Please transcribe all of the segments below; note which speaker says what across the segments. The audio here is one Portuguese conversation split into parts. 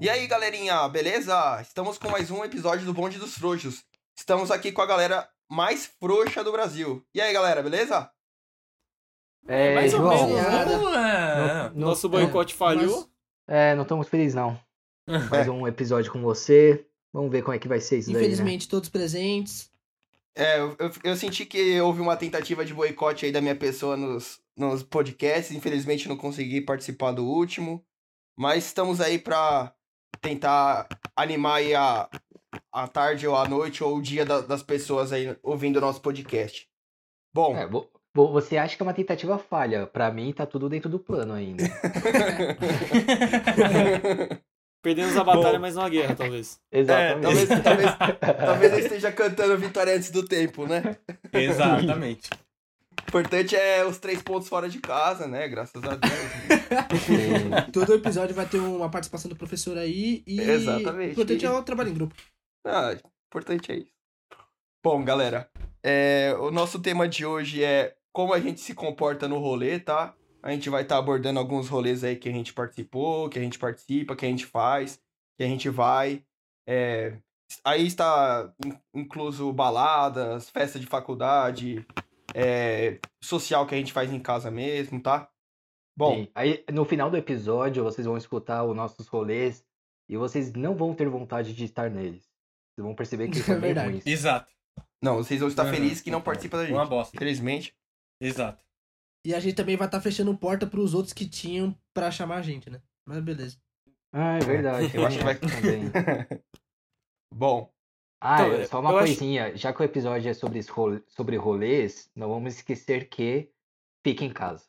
Speaker 1: E aí, galerinha, beleza? Estamos com mais um episódio do Bonde dos Frouxos. Estamos aqui com a galera mais frouxa do Brasil. E aí, galera, beleza?
Speaker 2: É,
Speaker 3: Mais ou
Speaker 2: João,
Speaker 3: menos,
Speaker 4: né?
Speaker 5: Obrigada.
Speaker 3: vamos, é.
Speaker 2: No- no-
Speaker 3: Nosso boicote falhou.
Speaker 2: é, não estamos felizes não. Mais um episódio com você. Vamos ver como é que vai ser isso daí, né?
Speaker 5: Infelizmente, todos presentes.
Speaker 1: É, eu, eu- eu senti que houve uma tentativa de boicote aí da minha pessoa nos, nos podcasts. Infelizmente, não consegui participar do último. Mas estamos aí pra tentar animar aí a, a tarde ou a noite ou o dia da- das pessoas aí ouvindo o nosso podcast. Bom,
Speaker 2: É, vo- vo- você acha que é uma tentativa falha? Pra mim, tá tudo dentro do plano ainda.
Speaker 3: Perdemos a batalha, mas não a guerra, talvez.
Speaker 1: É,
Speaker 2: É,
Speaker 1: tá, talvez, talvez, talvez eu esteja cantando vitória antes do tempo, né?
Speaker 4: Exatamente.
Speaker 1: O importante é os três pontos fora de casa, né? Graças a Deus.
Speaker 2: Sim.
Speaker 5: Todo episódio vai ter uma participação do professor aí e.
Speaker 1: Exatamente.
Speaker 5: O importante é o trabalho em grupo.
Speaker 1: Ah, o importante é isso. Bom, galera, é, o nosso tema de hoje é como a gente se comporta no rolê, tá? A gente vai estar abordando alguns rolês aí que a gente participou, que a gente participa, que a gente faz, que a gente vai. É, aí está in- incluso baladas, festa de faculdade, é, social que a gente faz em casa mesmo, tá? Bom,
Speaker 2: Sim. Aí, no final do episódio, vocês vão escutar os nossos rolês e vocês não vão ter vontade de estar neles. Vocês vão perceber que
Speaker 5: É
Speaker 2: são bem
Speaker 5: verdade.
Speaker 2: ruins.
Speaker 4: Exato.
Speaker 1: não, vocês vão estar
Speaker 4: Uhum.
Speaker 1: felizes que não participa da gente.
Speaker 4: Uma bosta.
Speaker 1: Infelizmente.
Speaker 4: Exato.
Speaker 5: E a gente também vai estar fechando porta pros outros que tinham pra chamar a gente, né? Mas beleza.
Speaker 2: Ah, é verdade.
Speaker 1: Eu acho que vai-
Speaker 2: também.
Speaker 1: Bom,
Speaker 2: Ah,
Speaker 3: Então,
Speaker 2: só uma
Speaker 3: eu acho-
Speaker 2: coisinha. Já que o episódio é sobre, esse role- sobre rolês, não vamos esquecer que fique em casa.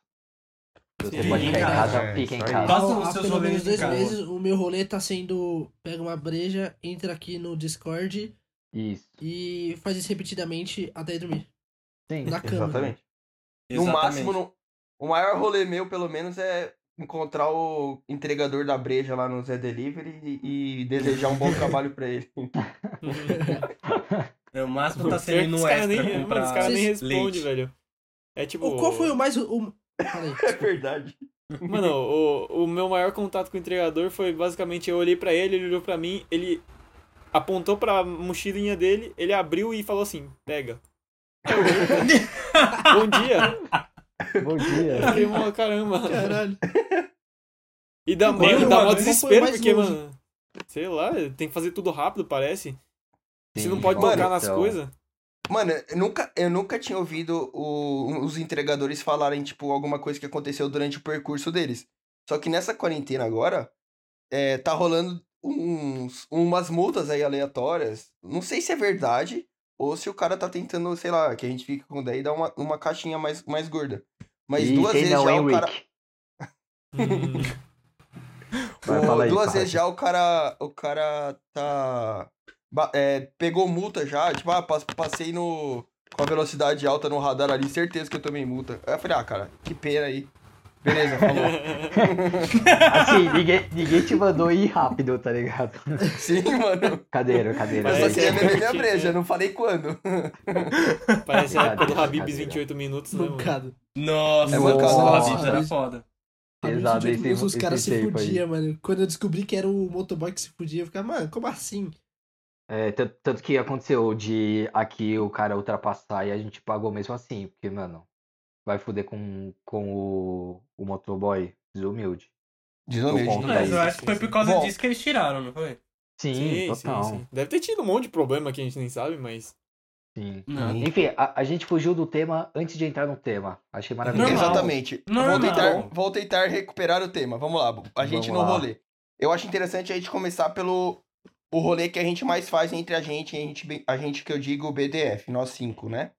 Speaker 2: Se Você
Speaker 4: Sim,
Speaker 2: pode ficar em
Speaker 4: cara.
Speaker 2: casa,
Speaker 1: É,
Speaker 2: fique em
Speaker 1: isso aí.
Speaker 2: casa.
Speaker 4: Tá. Façam
Speaker 5: Há-
Speaker 4: os
Speaker 5: há
Speaker 4: seus
Speaker 5: pelo
Speaker 4: rolês
Speaker 5: menos
Speaker 4: em
Speaker 5: dois
Speaker 4: casa.
Speaker 5: meses, o meu rolê tá sendo. Pega uma breja, entra aqui no Discord
Speaker 2: Isso.
Speaker 5: e faz isso repetidamente até dormir. Na cama.
Speaker 1: exatamente. No
Speaker 4: Exatamente.
Speaker 1: máximo, no- o maior rolê meu, pelo menos, é encontrar o entregador da breja lá no Zé Delivery e, e desejar um bom trabalho pra ele.
Speaker 4: No máximo tá
Speaker 3: Pior que
Speaker 4: sendo
Speaker 3: os
Speaker 4: no
Speaker 3: caras
Speaker 4: extra
Speaker 3: nem, mano,
Speaker 4: comprar
Speaker 3: os caras nem respondem,
Speaker 4: leite.
Speaker 3: velho. É tipo.
Speaker 5: O- Qual foi o mais. O... Falei.
Speaker 1: É verdade.
Speaker 3: Mano, o, o meu maior contato com o entregador foi basicamente eu olhei pra ele, ele olhou pra mim, ele apontou pra mochilinha dele, ele abriu e falou assim: pega. Eu olhei pra ele, Bom dia!
Speaker 2: Bom dia.
Speaker 3: Eu Falei, mano, caramba.
Speaker 5: Caralho.
Speaker 3: E dá,
Speaker 4: Bem,
Speaker 3: mano,
Speaker 4: mano,
Speaker 3: dá mó
Speaker 4: mas
Speaker 5: foi
Speaker 3: desespero,
Speaker 5: mais
Speaker 3: porque,
Speaker 5: longe.
Speaker 3: mano. Sei lá, tem que fazer tudo rápido, parece. Você
Speaker 2: Sim,
Speaker 3: não pode
Speaker 2: mano,
Speaker 3: tocar nas
Speaker 2: então,
Speaker 3: coisas.
Speaker 1: Mano, eu nunca, eu nunca tinha ouvido o- os entregadores falarem, tipo, alguma coisa que aconteceu durante o percurso deles. Só que nessa quarentena agora, é, tá rolando uns, umas multas aí aleatórias. Não sei se é verdade ou se o cara tá tentando, sei lá, que a gente fica com daí, dá uma, uma caixinha mais, mais gorda. Mas
Speaker 2: e
Speaker 1: duas
Speaker 2: quem
Speaker 1: vezes
Speaker 2: não,
Speaker 1: já
Speaker 2: hein,
Speaker 1: o cara.
Speaker 2: Rick?
Speaker 3: Hum.
Speaker 2: Vai,
Speaker 1: O-
Speaker 2: fala aí,
Speaker 1: duas
Speaker 2: fala.
Speaker 1: vezes já o cara. O cara tá. ba- é, pegou multa já. Tipo, ah, pas- passei no. Com a velocidade alta no radar ali, certeza que eu tomei multa. Aí eu falei, ah, cara, que pena aí. Beleza, falou.
Speaker 2: Assim, ninguém, ninguém te mandou ir rápido, tá ligado?
Speaker 1: Sim, mano.
Speaker 2: Cadeira, cadeira. né?
Speaker 1: Eu só queria
Speaker 3: Parece-
Speaker 1: beber minha
Speaker 3: que-
Speaker 1: breja, não falei quando.
Speaker 3: Parece a época do
Speaker 2: Brincadeira,
Speaker 3: Habibs
Speaker 2: brincadeira.
Speaker 3: 28 minutos, né, mano?
Speaker 5: Mancado.
Speaker 4: Nossa,
Speaker 1: É
Speaker 4: nossa,
Speaker 1: bancada,
Speaker 4: nossa,
Speaker 5: nossa.
Speaker 4: isso era foda.
Speaker 2: Exato,
Speaker 5: Exato,
Speaker 2: esse-
Speaker 5: Ah, os
Speaker 2: esse
Speaker 5: caras se
Speaker 2: tempo aí.
Speaker 5: fudiam, mano. Quando eu descobri que era o motoboy que se fudia, eu ficava, mano, como assim?
Speaker 2: É, tanto, tanto que aconteceu de aqui o cara ultrapassar e a gente pagou mesmo assim, porque, mano, vai fuder com, com o, o motoboy desumilde.
Speaker 1: Desumilde,
Speaker 2: bom.
Speaker 1: né?
Speaker 4: Mas eu acho que foi por causa
Speaker 1: Bom.
Speaker 4: disso que eles tiraram, não foi?
Speaker 2: Sim, total.
Speaker 3: Deve ter tido um monte de problema que a gente nem sabe, mas.
Speaker 2: Sim.
Speaker 4: Não.
Speaker 2: Enfim, a, a gente fugiu do tema antes de entrar no tema. Achei maravilhoso.
Speaker 4: Normal.
Speaker 1: Exatamente. Vou
Speaker 4: Normal.
Speaker 1: tentar, vou tentar recuperar o tema. Vamos lá, a gente
Speaker 2: Vamos
Speaker 1: no
Speaker 2: lá.
Speaker 1: rolê. Eu acho interessante a gente começar pelo o rolê que a gente mais faz entre a gente, a gente, bem- a gente que eu digo BDF, nós cinco, né?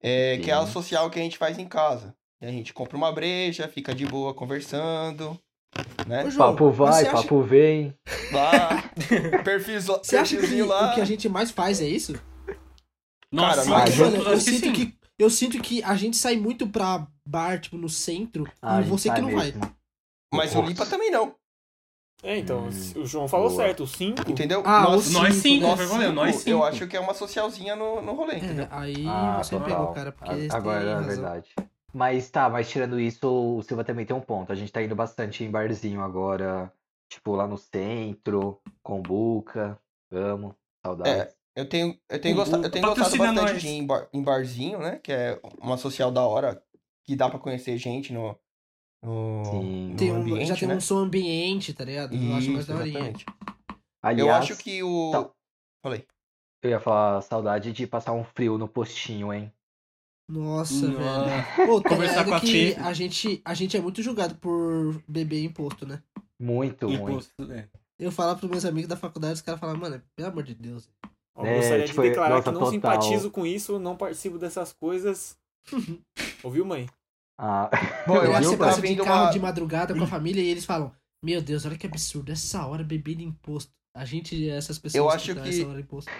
Speaker 1: É, que é a
Speaker 2: Sim.
Speaker 1: social que a gente faz em casa. E a gente compra uma breja, fica de boa conversando, né?
Speaker 5: Ô, João,
Speaker 2: É, Papo vai,
Speaker 5: você acha-
Speaker 2: papo vem.
Speaker 1: Lá, perfis,
Speaker 5: Você acha que
Speaker 1: perfilzinho lá.
Speaker 5: o que a gente mais faz é isso?
Speaker 4: Nossa,
Speaker 1: Cara,
Speaker 2: Ah,
Speaker 5: Mano,
Speaker 1: mas
Speaker 4: eu acho
Speaker 5: eu,
Speaker 4: que
Speaker 5: sinto
Speaker 4: sim.
Speaker 5: que, eu sinto que a gente sai muito pra bar, tipo, no centro,
Speaker 2: Ah, a
Speaker 5: e
Speaker 2: gente
Speaker 5: você que
Speaker 2: sai
Speaker 5: não vai.
Speaker 2: mesmo.
Speaker 1: Mas o Lipa também não,
Speaker 3: É, então,
Speaker 2: Hum,
Speaker 3: o João falou
Speaker 2: boa.
Speaker 3: certo, o 5.
Speaker 1: entendeu?
Speaker 5: Ah,
Speaker 1: nós,
Speaker 5: os
Speaker 4: Nós
Speaker 5: cinco,
Speaker 4: cinco,
Speaker 1: nós
Speaker 4: foi valendo, nós
Speaker 1: cinco, eu
Speaker 4: cinco.
Speaker 1: acho que é uma socialzinha no, no rolê, entendeu?
Speaker 5: É, aí
Speaker 2: Ah,
Speaker 5: você me
Speaker 2: total.
Speaker 5: pegou, cara, porque
Speaker 2: A-
Speaker 5: você tem
Speaker 2: Agora é
Speaker 5: razão.
Speaker 2: verdade. Mas tá, mas tirando isso, o Silva também tem um ponto. A gente tá indo bastante em barzinho agora. Tipo, lá no centro, Combuca, amo,
Speaker 5: É,
Speaker 2: saudades.
Speaker 1: Eu tenho, eu tenho,
Speaker 4: O-
Speaker 1: gosta-
Speaker 4: o-
Speaker 1: eu tenho gostado
Speaker 4: patrocina
Speaker 1: bastante
Speaker 4: nós.
Speaker 1: de ir em, bar- em barzinho, né? Que é uma social da hora, que dá pra conhecer gente no, no,
Speaker 2: Sim.
Speaker 1: no
Speaker 5: Tem um-
Speaker 1: ambiente,
Speaker 5: já tem
Speaker 1: né?
Speaker 5: um som ambiente, tá ligado? eu acho mais
Speaker 1: Isso,
Speaker 5: da horinha.
Speaker 1: exatamente.
Speaker 2: Aliás,
Speaker 1: Eu acho que o...
Speaker 2: tá.
Speaker 1: Falei.
Speaker 2: eu ia falar saudade de passar um frio no postinho, hein?
Speaker 5: Nossa, velho.
Speaker 4: Nossa.
Speaker 5: Pô, tá
Speaker 4: Conversar
Speaker 5: ligado
Speaker 4: com a
Speaker 5: que
Speaker 4: Fê.
Speaker 5: a gente, a gente é muito julgado por beber imposto, né?
Speaker 2: Muito, muito.
Speaker 4: Imposto, é.
Speaker 5: Eu falo pros meus amigos da faculdade, os caras falam, mano, pelo amor de Deus.
Speaker 3: Ó,
Speaker 2: É,
Speaker 3: gostaria
Speaker 2: tipo,
Speaker 3: de declarar
Speaker 2: nossa,
Speaker 3: que não
Speaker 2: total.
Speaker 3: simpatizo com isso, não participo dessas coisas. Ouviu, mãe?
Speaker 2: Ah,
Speaker 1: Bom, eu
Speaker 5: Tá ligado
Speaker 1: acho
Speaker 5: que
Speaker 1: que
Speaker 5: você
Speaker 1: tá
Speaker 5: passa de
Speaker 1: vindo
Speaker 5: carro
Speaker 1: uma...
Speaker 5: de madrugada com a família e eles falam, meu Deus, olha que absurdo, essa hora bebendo imposto. A gente, é essas pessoas
Speaker 1: Eu acho
Speaker 5: dão
Speaker 1: que-
Speaker 5: essa hora imposto.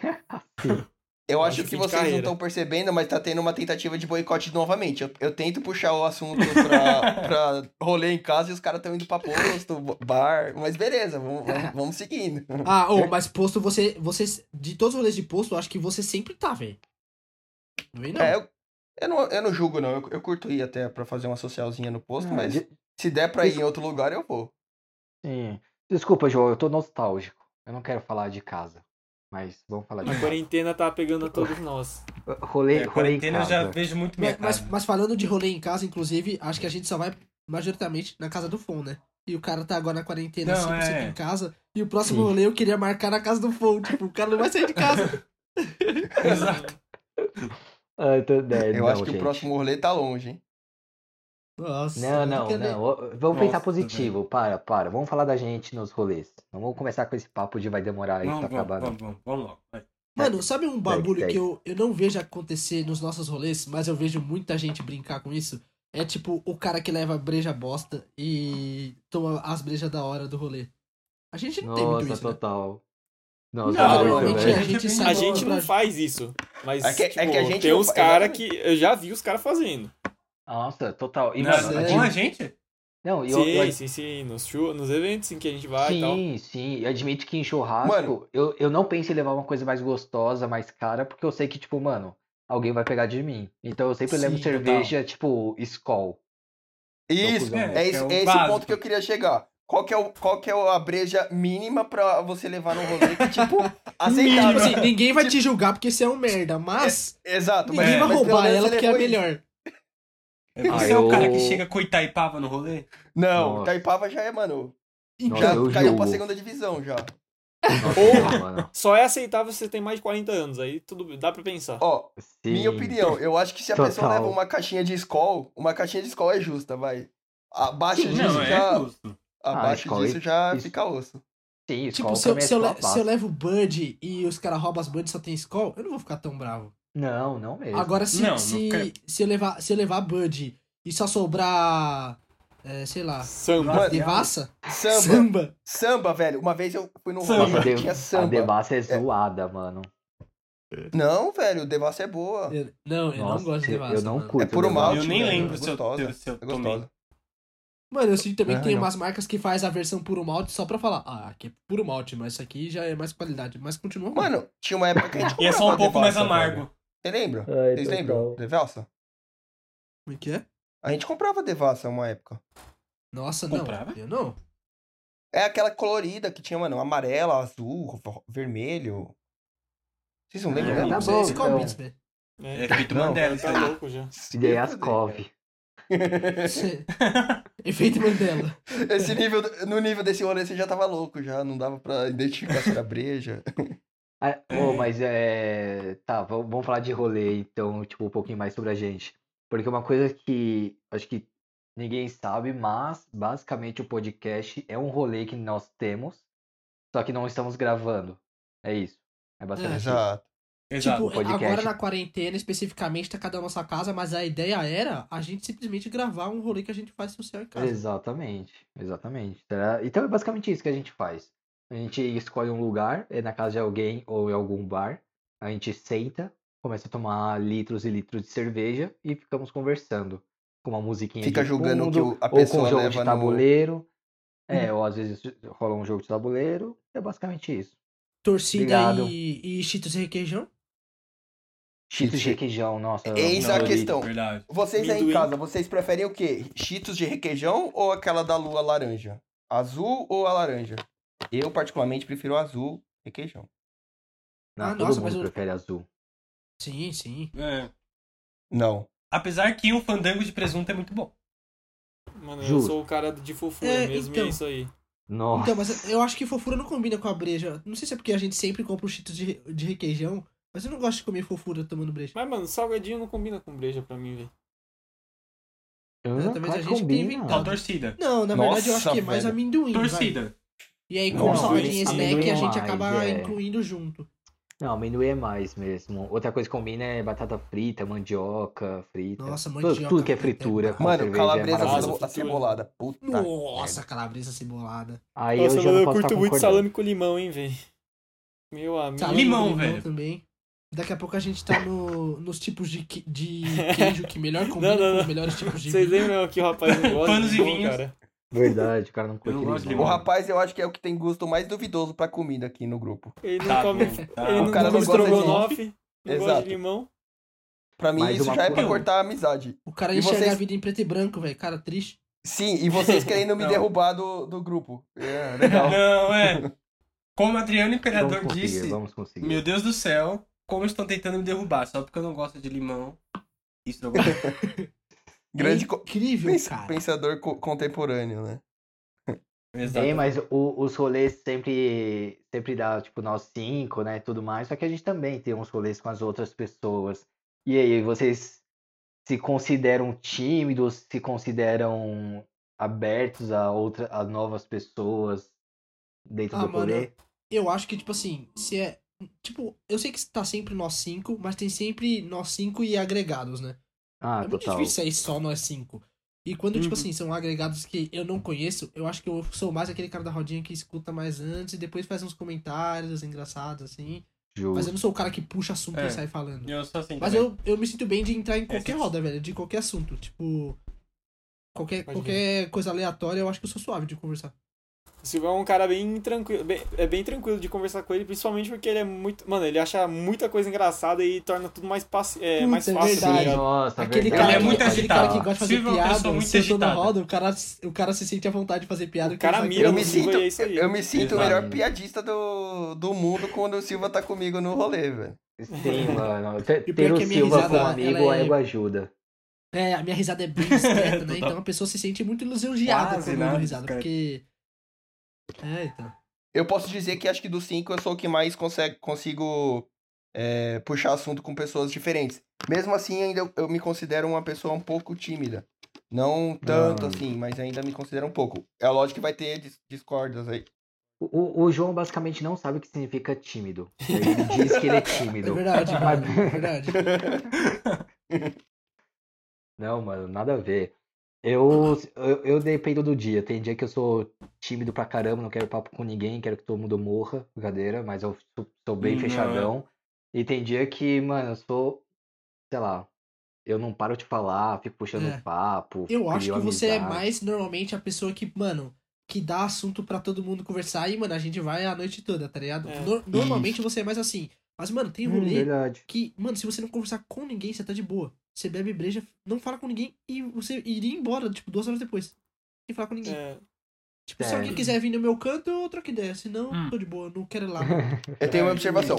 Speaker 1: Eu acho
Speaker 3: acho
Speaker 1: que
Speaker 3: fim de
Speaker 1: vocês não
Speaker 3: carreira.
Speaker 1: estão percebendo, mas tá tendo uma tentativa de boicote novamente. Eu, eu tento puxar o assunto pra, pra rolê em casa e os caras estão indo pra posto, bar. Mas beleza, vamos, vamos- vamos seguindo.
Speaker 5: Ah, ô, mas posto você, você. De todos os rolês de posto, eu acho que você sempre tá, velho. Não vem, não.
Speaker 1: É, eu, eu não, eu não julgo, não. Eu, eu curto ir até pra fazer uma socialzinha no posto,
Speaker 2: ah,
Speaker 1: mas
Speaker 2: de-
Speaker 1: se der pra ir em outro lugar, eu vou.
Speaker 2: sim. É. Desculpa, João, eu tô nostálgico. Eu não quero falar de casa. Mas vamos falar de
Speaker 3: A
Speaker 2: casa.
Speaker 3: quarentena tá pegando a todos nós.
Speaker 2: Rolê, rolê
Speaker 4: É,
Speaker 2: em
Speaker 4: quarentena eu já
Speaker 2: casa.
Speaker 4: vejo muito minha
Speaker 5: mas, mas,
Speaker 4: casa.
Speaker 5: mas falando de rolê em casa, inclusive, acho que a gente só vai majoritariamente na casa do Fon, né? E o cara tá agora na quarentena,
Speaker 4: Não,
Speaker 5: 5%
Speaker 4: é.
Speaker 5: em casa. E o próximo
Speaker 2: Sim.
Speaker 5: rolê eu queria marcar na casa do Fon. Tipo, o cara não vai sair de casa.
Speaker 4: Exato.
Speaker 2: Ah, eu tô- é,
Speaker 1: Eu
Speaker 2: não,
Speaker 1: acho que
Speaker 2: gente.
Speaker 1: o próximo rolê tá longe, hein?
Speaker 5: Nossa.
Speaker 2: Não, não,
Speaker 5: fica-
Speaker 2: não. Ó, Vamos pensar
Speaker 4: Nossa,
Speaker 2: positivo. Para, para. Vamos falar da gente nos rolês. Não vamos começar com esse papo de vai demorar tá isso
Speaker 4: Vamos, vamos,
Speaker 2: acabar. não.
Speaker 4: vamos, vamos, vamos logo. vai.
Speaker 5: Mano, sabe um bagulho
Speaker 2: segue.
Speaker 5: que eu, eu não vejo acontecer nos nossos rolês, mas eu vejo muita gente brincar com isso? É tipo o cara que leva breja bosta e toma as brejas da hora do rolê. A gente não tem muito
Speaker 2: Nossa,
Speaker 5: isso, né?
Speaker 2: total.
Speaker 5: Não,
Speaker 2: Nossa, é muito,
Speaker 5: normalmente
Speaker 4: velho.
Speaker 5: a gente sai
Speaker 3: A
Speaker 4: Não,
Speaker 3: gente não
Speaker 5: pra-
Speaker 3: faz isso. Mas
Speaker 1: É que- é
Speaker 3: tipo,
Speaker 1: que a gente
Speaker 3: tem
Speaker 1: não
Speaker 3: uns
Speaker 1: faz,
Speaker 3: caras
Speaker 1: exatamente.
Speaker 3: que eu já vi os caras fazendo.
Speaker 2: Nossa, total. E,
Speaker 4: Não,
Speaker 2: mano,
Speaker 5: é
Speaker 2: a
Speaker 4: com a
Speaker 2: gente-
Speaker 4: gente?
Speaker 2: não, e eu, eu-
Speaker 3: sim, sim, sim. Nos, chu- nos eventos em que a gente vai e tal.
Speaker 2: sim, sim. Eu admito que em churrasco,
Speaker 1: Mano.
Speaker 2: eu, eu não penso em levar uma coisa mais gostosa, mais cara, porque eu sei que, tipo, mano, alguém vai pegar de mim. Então eu sempre levo
Speaker 4: Sim,
Speaker 2: cerveja, tipo, Skol.
Speaker 1: Isso,
Speaker 2: cuzão.
Speaker 1: é, esse-
Speaker 4: É, que é o
Speaker 1: é esse
Speaker 4: básico.
Speaker 1: ponto que eu queria chegar. Qual que é, o, qual que é a breja mínima pra você levar num rolê que, tipo,
Speaker 5: Tipo
Speaker 1: aceitável?
Speaker 5: assim, ninguém vai te julgar porque você é um merda, mas
Speaker 1: Tipo, Exato, mas,
Speaker 5: ninguém vai
Speaker 1: mas pelo
Speaker 5: roubar
Speaker 1: menos
Speaker 5: ela
Speaker 1: você
Speaker 5: porque é a
Speaker 1: levou isso.
Speaker 5: melhor.
Speaker 4: Você é
Speaker 2: eu-
Speaker 4: o cara que chega com Itaipava no rolê?
Speaker 1: Não,
Speaker 2: Nossa.
Speaker 1: Itaipava já é, mano.
Speaker 5: Então,
Speaker 2: Nossa,
Speaker 1: Já
Speaker 2: eu
Speaker 1: caiu pra
Speaker 2: julgo.
Speaker 1: segunda divisão já.
Speaker 2: Nossa,
Speaker 3: Ou-
Speaker 2: não, mano.
Speaker 3: Só é aceitável se você tem mais de 40 anos. Aí tudo dá pra pensar.
Speaker 1: Ó, minha
Speaker 2: Sim.
Speaker 1: opinião, eu acho que se a
Speaker 2: Total.
Speaker 1: pessoa leva uma caixinha de Skol, uma caixinha de Skol é justa, vai. Abaixo
Speaker 5: Sim,
Speaker 1: disso
Speaker 4: Não, é
Speaker 1: já,
Speaker 4: justo.
Speaker 1: abaixo
Speaker 2: Ah, Skol, é
Speaker 1: disso já
Speaker 2: isso-
Speaker 1: fica osso.
Speaker 2: Sim,
Speaker 5: Tipo,
Speaker 2: Skol
Speaker 5: se eu,
Speaker 2: também é
Speaker 5: se, eu
Speaker 2: só
Speaker 5: le- se eu
Speaker 2: básico.
Speaker 5: levo Bud e os caras roubam as Bud e só tem Skol, eu não vou ficar tão bravo.
Speaker 2: Não, não mesmo.
Speaker 5: Agora, se,
Speaker 4: Não, não
Speaker 5: se,
Speaker 4: quero.
Speaker 5: se, eu levar, se eu levar Bud e só sobrar. é, sei lá.
Speaker 3: Samba.
Speaker 4: Mano,
Speaker 5: Devassa?
Speaker 1: Samba,
Speaker 5: Samba.
Speaker 1: samba, velho. Uma vez eu fui
Speaker 5: é
Speaker 1: num
Speaker 4: Samba.
Speaker 1: rolê
Speaker 2: Nossa,
Speaker 1: que
Speaker 2: a,
Speaker 1: tinha
Speaker 2: de... a
Speaker 1: samba.
Speaker 2: Devassa é zoada, mano.
Speaker 1: Não, velho, o Devassa é boa.
Speaker 5: Eu- não, eu
Speaker 2: Nossa,
Speaker 5: não gosto de
Speaker 2: eu-
Speaker 5: Devassa.
Speaker 2: eu não
Speaker 5: mano.
Speaker 2: curto.
Speaker 1: É puro
Speaker 2: Devassa.
Speaker 1: mal.
Speaker 4: eu nem
Speaker 1: Ótimo,
Speaker 4: lembro
Speaker 1: é
Speaker 4: se eu,
Speaker 1: gostosa,
Speaker 4: se eu
Speaker 1: É
Speaker 4: tomei.
Speaker 1: gostosa.
Speaker 5: Mano, eu sinto também que
Speaker 1: Ah,
Speaker 5: tem
Speaker 1: não.
Speaker 5: umas marcas que faz a versão puro malte só pra falar, ah, aqui é puro malte, mas isso aqui já é mais qualidade. Mas continua. bom.
Speaker 1: Mano, tinha uma época que a gente
Speaker 4: E é só um
Speaker 1: comprava
Speaker 4: pouco mais
Speaker 1: Devassa,
Speaker 4: amargo.
Speaker 1: velho. Você lembra?
Speaker 2: Ai,
Speaker 1: Vocês
Speaker 2: total.
Speaker 1: lembram? Devassa?
Speaker 5: Como é que é?
Speaker 1: A gente comprava Devassa uma época.
Speaker 5: Nossa, não.
Speaker 4: Comprava?
Speaker 5: Eu não.
Speaker 1: É aquela colorida que tinha, mano, amarela, azul, ro- vermelho. Vocês
Speaker 4: Ah,
Speaker 1: não lembram?
Speaker 2: É,
Speaker 1: disso?
Speaker 2: tá
Speaker 5: Isso é
Speaker 2: bom,
Speaker 5: Skol
Speaker 2: então.
Speaker 5: Beats, velho.
Speaker 4: É
Speaker 3: É,
Speaker 4: efeito
Speaker 1: Não,
Speaker 4: Mandela. isso
Speaker 3: tá
Speaker 4: aí.
Speaker 3: louco já.
Speaker 1: Se
Speaker 2: Ideia
Speaker 1: fuder,
Speaker 2: Ascov.
Speaker 1: cara.
Speaker 5: Isso é- Efeito Mandela.
Speaker 1: Esse nível, no nível desse rolê você já tava louco, já não dava pra identificar se era breja.
Speaker 2: Ah, ô, mas é. Tá, vamos, vamos falar de rolê, então, tipo, um pouquinho mais sobre a gente. Porque uma coisa que acho que ninguém sabe, mas basicamente o podcast é um rolê que nós temos, só que não estamos gravando. É isso. É basicamente isso.
Speaker 1: Exato.
Speaker 4: Exato.
Speaker 5: tipo,
Speaker 1: ah,
Speaker 2: podcast.
Speaker 5: agora na quarentena, especificamente, tá cada um na sua casa, mas a ideia era a gente simplesmente gravar um rolê que a gente faz social em casa.
Speaker 2: Exatamente, exatamente. Será- Então é basicamente isso que a gente faz. A gente escolhe um lugar, é na casa de alguém ou em algum bar, a gente senta, começa a tomar litros e litros de cerveja e ficamos conversando com uma musiquinha
Speaker 1: Fica
Speaker 2: de
Speaker 1: julgando o que
Speaker 2: fundo,
Speaker 1: o- a
Speaker 2: ou com um
Speaker 1: pessoa
Speaker 2: jogo
Speaker 1: leva
Speaker 2: de
Speaker 1: no. Uhum.
Speaker 2: tabuleiro. É, ou às vezes rola um jogo de tabuleiro, é basicamente isso.
Speaker 5: Torcida
Speaker 2: Obrigado.
Speaker 5: e, e Cheetos e requeijão?
Speaker 2: Cheetos Tipo de
Speaker 1: Cheetos.
Speaker 2: requeijão, nossa, eu
Speaker 1: Eis
Speaker 2: amo
Speaker 1: é a
Speaker 2: Doritos.
Speaker 1: questão.
Speaker 4: Verdade.
Speaker 1: Vocês aí em
Speaker 3: Amendoim.
Speaker 1: casa, vocês preferem o quê? Cheetos de requeijão ou aquela da lua laranja? Azul ou a laranja? Eu, particularmente, prefiro o azul requeijão.
Speaker 2: Não,
Speaker 5: Ah,
Speaker 2: todo
Speaker 5: nossa, mas
Speaker 2: mundo
Speaker 5: eu-
Speaker 2: prefere azul.
Speaker 5: Sim, sim.
Speaker 4: É.
Speaker 1: Não.
Speaker 4: Apesar que um fandango de presunto é muito bom.
Speaker 3: Mano, eu
Speaker 2: Juro.
Speaker 3: sou o cara de fofura
Speaker 5: É,
Speaker 3: mesmo
Speaker 5: então.
Speaker 3: e é isso aí.
Speaker 2: Nossa.
Speaker 5: Então, mas eu acho que fofura não combina com a breja. Não sei se é porque a gente sempre compra o cheetos de, re- de requeijão, mas eu não gosto de comer fofura tomando breja.
Speaker 3: Mas, mano, salgadinho não combina com breja pra mim, velho.
Speaker 2: Ah,
Speaker 5: talvez a
Speaker 2: claro que
Speaker 5: gente que
Speaker 2: combina.
Speaker 5: inventado.
Speaker 4: Só torcida.
Speaker 5: Não, na verdade eu acho
Speaker 1: Nossa,
Speaker 5: que é mais
Speaker 1: velho.
Speaker 5: amendoim. vai.
Speaker 4: Torcida.
Speaker 5: E aí, com
Speaker 1: Nossa,
Speaker 5: o salgadinho e
Speaker 2: amendoim
Speaker 5: snack, a gente
Speaker 2: mais,
Speaker 5: acaba
Speaker 2: é.
Speaker 5: incluindo junto.
Speaker 2: Não, amendoim é mais mesmo. Outra coisa que combina é batata frita, mandioca frita.
Speaker 5: Nossa,
Speaker 2: Tudo-
Speaker 5: mandioca
Speaker 2: Tudo que é
Speaker 5: frita é
Speaker 2: fritura.
Speaker 5: massa.
Speaker 2: com
Speaker 1: Mano,
Speaker 2: cerveja é
Speaker 1: calabresa
Speaker 2: maravilhoso.
Speaker 1: acebo- acebolada. Puta.
Speaker 5: Nossa, calabresa cebolada.
Speaker 2: Aí
Speaker 3: Nossa,
Speaker 2: eu já
Speaker 3: mano,
Speaker 2: não
Speaker 3: eu
Speaker 2: posso
Speaker 3: curto
Speaker 2: estar
Speaker 3: muito
Speaker 2: concordando.
Speaker 3: salame com limão, hein, velho. Meu amigo.
Speaker 5: Salame com
Speaker 4: Limão, velho.
Speaker 5: Também. Daqui a pouco a gente tá no, nos tipos de, que- de queijo que melhor combina
Speaker 3: Não, não,
Speaker 5: com os
Speaker 3: não.
Speaker 5: melhores tipos de
Speaker 3: Vocês
Speaker 5: vinho.
Speaker 3: lembram que o rapaz não gosta
Speaker 4: Panos
Speaker 3: de
Speaker 4: e
Speaker 3: limão,
Speaker 4: vinhos.
Speaker 3: cara?
Speaker 2: Verdade, o cara não curte
Speaker 4: não gosto
Speaker 1: O
Speaker 4: de
Speaker 2: limão. Então,
Speaker 4: limão.
Speaker 1: rapaz, eu acho que é o que tem gosto mais duvidoso pra comida aqui no grupo.
Speaker 3: Ele não
Speaker 4: Tá,
Speaker 3: come...
Speaker 4: bom, tá.
Speaker 3: Ele não
Speaker 1: O cara
Speaker 3: come
Speaker 1: não gosta de
Speaker 3: estrogonofe, não gosta
Speaker 1: Exato.
Speaker 3: de limão.
Speaker 1: Pra mim,
Speaker 2: Mas
Speaker 1: isso
Speaker 2: uma
Speaker 1: já é pra
Speaker 4: coisa-
Speaker 1: cortar a amizade.
Speaker 5: O cara
Speaker 1: E
Speaker 5: enxerga
Speaker 1: vocês-
Speaker 5: a vida em preto e branco, velho. Cara, triste.
Speaker 1: Sim, e vocês querendo me
Speaker 4: Não.
Speaker 1: derrubar do, do grupo. É, legal.
Speaker 4: Não, é. Como Adriano
Speaker 2: Vamos
Speaker 4: Imperador
Speaker 2: conseguir,
Speaker 4: disse,
Speaker 2: vamos conseguir.
Speaker 4: meu Deus do céu, como estão tentando me derrubar só porque eu não gosto de limão e estrogonofe.
Speaker 1: Grande
Speaker 5: é
Speaker 1: co-
Speaker 5: incrível,
Speaker 1: Pens-
Speaker 5: cara.
Speaker 1: pensador co- contemporâneo, né?
Speaker 4: Exato.
Speaker 2: É, mas o- os rolês sempre, sempre dá, tipo, nós cinco, né, tudo mais. Só que a gente também tem uns rolês com as outras pessoas. E aí, vocês se consideram tímidos, se consideram abertos a outra, a novas pessoas dentro
Speaker 5: Ah,
Speaker 2: do
Speaker 5: mano,
Speaker 2: rolê?
Speaker 5: Eu acho que, tipo assim, se é. Tipo, eu sei que tá sempre nós cinco, mas tem sempre nós cinco e agregados, né?
Speaker 2: Ah,
Speaker 5: é muito
Speaker 2: total.
Speaker 5: difícil sair só nós cinco. E quando, tipo
Speaker 4: Uhum.
Speaker 5: assim, são agregados que eu não conheço, eu acho que eu sou mais aquele cara da rodinha que escuta mais antes e depois faz uns comentários engraçados, assim. Mas eu
Speaker 2: Justo.
Speaker 5: não sou o cara que puxa assunto
Speaker 4: É.
Speaker 5: e sai falando.
Speaker 4: Eu sou assim
Speaker 5: Mas
Speaker 4: também. É,
Speaker 5: eu, eu me sinto bem de entrar em qualquer
Speaker 4: sim.
Speaker 5: roda, velho, de qualquer assunto. Tipo. Qualquer,
Speaker 3: Pode
Speaker 5: qualquer coisa aleatória, eu acho que eu sou suave de conversar.
Speaker 3: O Silvio é um cara bem tranquilo, bem- é bem tranquilo de conversar com ele, principalmente porque ele é muito. Mano, ele acha muita coisa engraçada e torna tudo mais, paci... é,
Speaker 5: Puta,
Speaker 3: mais
Speaker 5: é
Speaker 3: fácil. tá
Speaker 5: verdade.
Speaker 3: ligado?
Speaker 2: Nossa,
Speaker 5: Aquele
Speaker 2: verdade.
Speaker 5: cara,
Speaker 4: Ele é
Speaker 5: que,
Speaker 4: muito
Speaker 5: aquele cara que
Speaker 4: agitado.
Speaker 5: gosta de fazer
Speaker 4: Silvio é uma
Speaker 5: piada,
Speaker 4: pessoa muito
Speaker 5: se eu tô na
Speaker 4: agitada.
Speaker 5: roda, o cara, o cara se sente à vontade de fazer piada.
Speaker 3: O
Speaker 5: que ele
Speaker 3: cara
Speaker 5: sabe que ele
Speaker 3: mira
Speaker 1: Eu
Speaker 3: no
Speaker 1: me
Speaker 5: não-
Speaker 1: sinto,
Speaker 3: Silva e é isso aí.
Speaker 1: eu me sinto o
Speaker 4: Exato.
Speaker 1: melhor piadista do, do mundo quando o Silva tá comigo no rolê, velho.
Speaker 2: Sim, mano. Ter,
Speaker 5: é E pior
Speaker 2: ter o
Speaker 5: que a minha
Speaker 2: Silva
Speaker 5: risada,
Speaker 2: como
Speaker 5: ela
Speaker 2: amigo
Speaker 5: é-
Speaker 2: ego ajuda.
Speaker 5: É, a minha risada é bem esperta, né?
Speaker 4: Total.
Speaker 5: Então a pessoa se sente muito lisonjeada
Speaker 4: Quase
Speaker 5: quando eu
Speaker 4: nada,
Speaker 5: dou risada,
Speaker 4: cara.
Speaker 5: porque. É, então.
Speaker 1: Eu posso dizer que acho que dos cinco eu sou o que mais consegue, consigo é, puxar assunto com pessoas diferentes. Mesmo assim, ainda eu, eu me considero uma pessoa um pouco tímida. Não tanto
Speaker 2: Ah.
Speaker 1: assim, mas ainda me considero um pouco. É lógico que vai ter dis- discordas aí.
Speaker 2: O, o- o João basicamente não sabe o que significa tímido. Ele diz que ele é
Speaker 5: É
Speaker 2: tímido.
Speaker 5: verdade, mano, é verdade.
Speaker 2: Não, mano, nada a ver. Eu, eu, eu dependo do dia. Tem dia que eu sou tímido pra caramba, não quero papo com ninguém, quero que todo mundo morra, brincadeira, mas eu sou, sou bem
Speaker 5: Uhum.
Speaker 4: Não.
Speaker 2: fechadão. E tem dia que, mano, eu sou, sei lá, eu não paro de falar, fico puxando
Speaker 5: É.
Speaker 2: papo,
Speaker 5: Eu acho que
Speaker 2: crio
Speaker 5: você é
Speaker 2: amizade.
Speaker 5: mais normalmente a pessoa que, mano, que dá assunto pra todo mundo conversar e, mano, a gente vai a noite toda, tá ligado?
Speaker 3: É.
Speaker 5: Nor- normalmente você é mais assim. Mas, mano, tem
Speaker 4: Uhum.
Speaker 2: Hum,
Speaker 5: rolê
Speaker 2: verdade.
Speaker 5: que, mano, se você não conversar com ninguém, você tá de boa. Você bebe breja, não fala com ninguém e você iria embora, tipo, duas horas depois. Sem falar com ninguém.
Speaker 3: É,
Speaker 5: Tipo, se
Speaker 2: É.
Speaker 5: alguém quiser vir no meu canto, eu troco ideia. Senão,
Speaker 4: Hum.
Speaker 5: tô de boa, não quero ir lá.
Speaker 1: Eu tenho
Speaker 4: É,
Speaker 1: uma observação.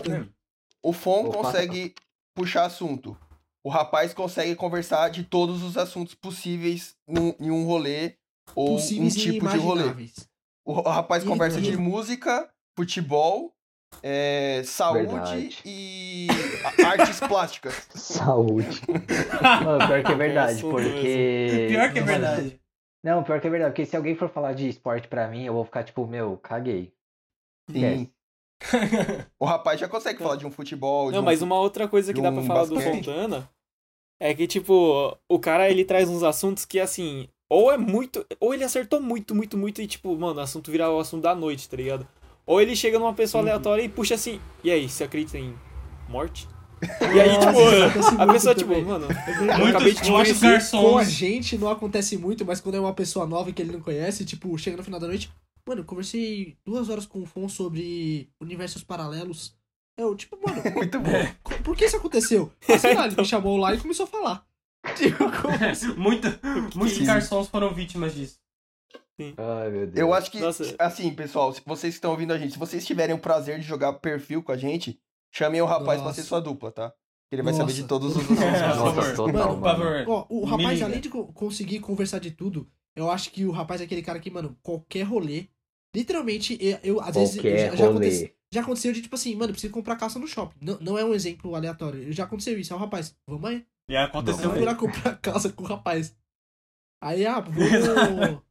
Speaker 1: O Fon
Speaker 2: Opa.
Speaker 1: consegue puxar assunto. O rapaz consegue conversar de todos os assuntos possíveis num- em um rolê ou
Speaker 5: Possíveis
Speaker 1: um
Speaker 5: e
Speaker 1: tipo de rolê.
Speaker 5: imagináveis.
Speaker 1: O o rapaz
Speaker 5: E-
Speaker 1: conversa
Speaker 5: e-
Speaker 1: de música, futebol, é, saúde
Speaker 2: Verdade.
Speaker 1: e a- artes plásticas.
Speaker 2: Saúde. Mano, pior que é verdade,
Speaker 3: assunto
Speaker 2: porque.
Speaker 4: Pior que é
Speaker 2: Mano,
Speaker 4: verdade.
Speaker 2: Não, pior que é verdade, porque se alguém for falar de esporte pra mim, eu vou ficar tipo, meu, caguei. É.
Speaker 1: Sim. O rapaz já consegue falar de um futebol. de
Speaker 3: Não,
Speaker 1: um-
Speaker 3: mas uma outra coisa que
Speaker 1: de
Speaker 3: dá pra
Speaker 1: um
Speaker 3: falar do
Speaker 1: basquete.
Speaker 3: Fontana é que, tipo, o cara ele traz uns assuntos que, assim, ou é muito. Ou ele acertou muito, muito, muito e, tipo, mano, o assunto vira o assunto da noite, tá ligado? Ou ele chega numa pessoa
Speaker 1: Uhum.
Speaker 3: aleatória e puxa assim, e aí, você acredita em morte? E aí,
Speaker 5: Nossa, isso acontece
Speaker 3: tipo, a
Speaker 5: muito
Speaker 3: pessoa, tipo,
Speaker 5: também.
Speaker 3: mano, eu acabei de
Speaker 4: Muitos,
Speaker 3: te
Speaker 4: muitos
Speaker 3: conhecer.
Speaker 5: Com a
Speaker 4: garçons.
Speaker 5: gente não acontece muito, mas quando é uma pessoa nova que ele não conhece, tipo, chega no final da noite. Mano, eu conversei duas horas com o Fon sobre universos paralelos. Eu, tipo, mano,
Speaker 1: Muito bom.
Speaker 5: co- por que isso aconteceu? Ah, Sei lá, ele
Speaker 3: Então.
Speaker 5: me chamou lá e começou a falar. Tipo, como-
Speaker 4: Muito, muitos
Speaker 1: Sim.
Speaker 4: garçons foram vítimas disso.
Speaker 2: Ai, meu Deus.
Speaker 1: Eu acho que,
Speaker 3: Nossa.
Speaker 1: assim, pessoal, se vocês que estão ouvindo a gente, se vocês tiverem o prazer de jogar perfil com a gente, chamem o rapaz pra
Speaker 5: Nossa.
Speaker 1: ser sua dupla, tá? Que ele vai saber de
Speaker 5: Nossa.
Speaker 1: todos os
Speaker 4: Por
Speaker 1: assuntos.
Speaker 2: Nossa,
Speaker 4: favor,
Speaker 2: total,
Speaker 4: Por favor.
Speaker 5: Ó, o
Speaker 4: Me
Speaker 5: rapaz,
Speaker 4: liga.
Speaker 5: além de co- conseguir conversar de tudo, eu acho que o rapaz é aquele cara que, mano, qualquer rolê. Literalmente, eu, eu- às vezes.
Speaker 2: Qualquer
Speaker 5: já, já aconteceu,
Speaker 2: rolê.
Speaker 5: já aconteceu de tipo assim, mano, preciso comprar calça no shopping. Não, não é um exemplo aleatório. Já aconteceu isso. É o rapaz, vamos aí.
Speaker 4: E aconteceu
Speaker 5: Eu
Speaker 4: mesmo.
Speaker 5: fui lá comprar calça com o rapaz. Aí, ah, vou.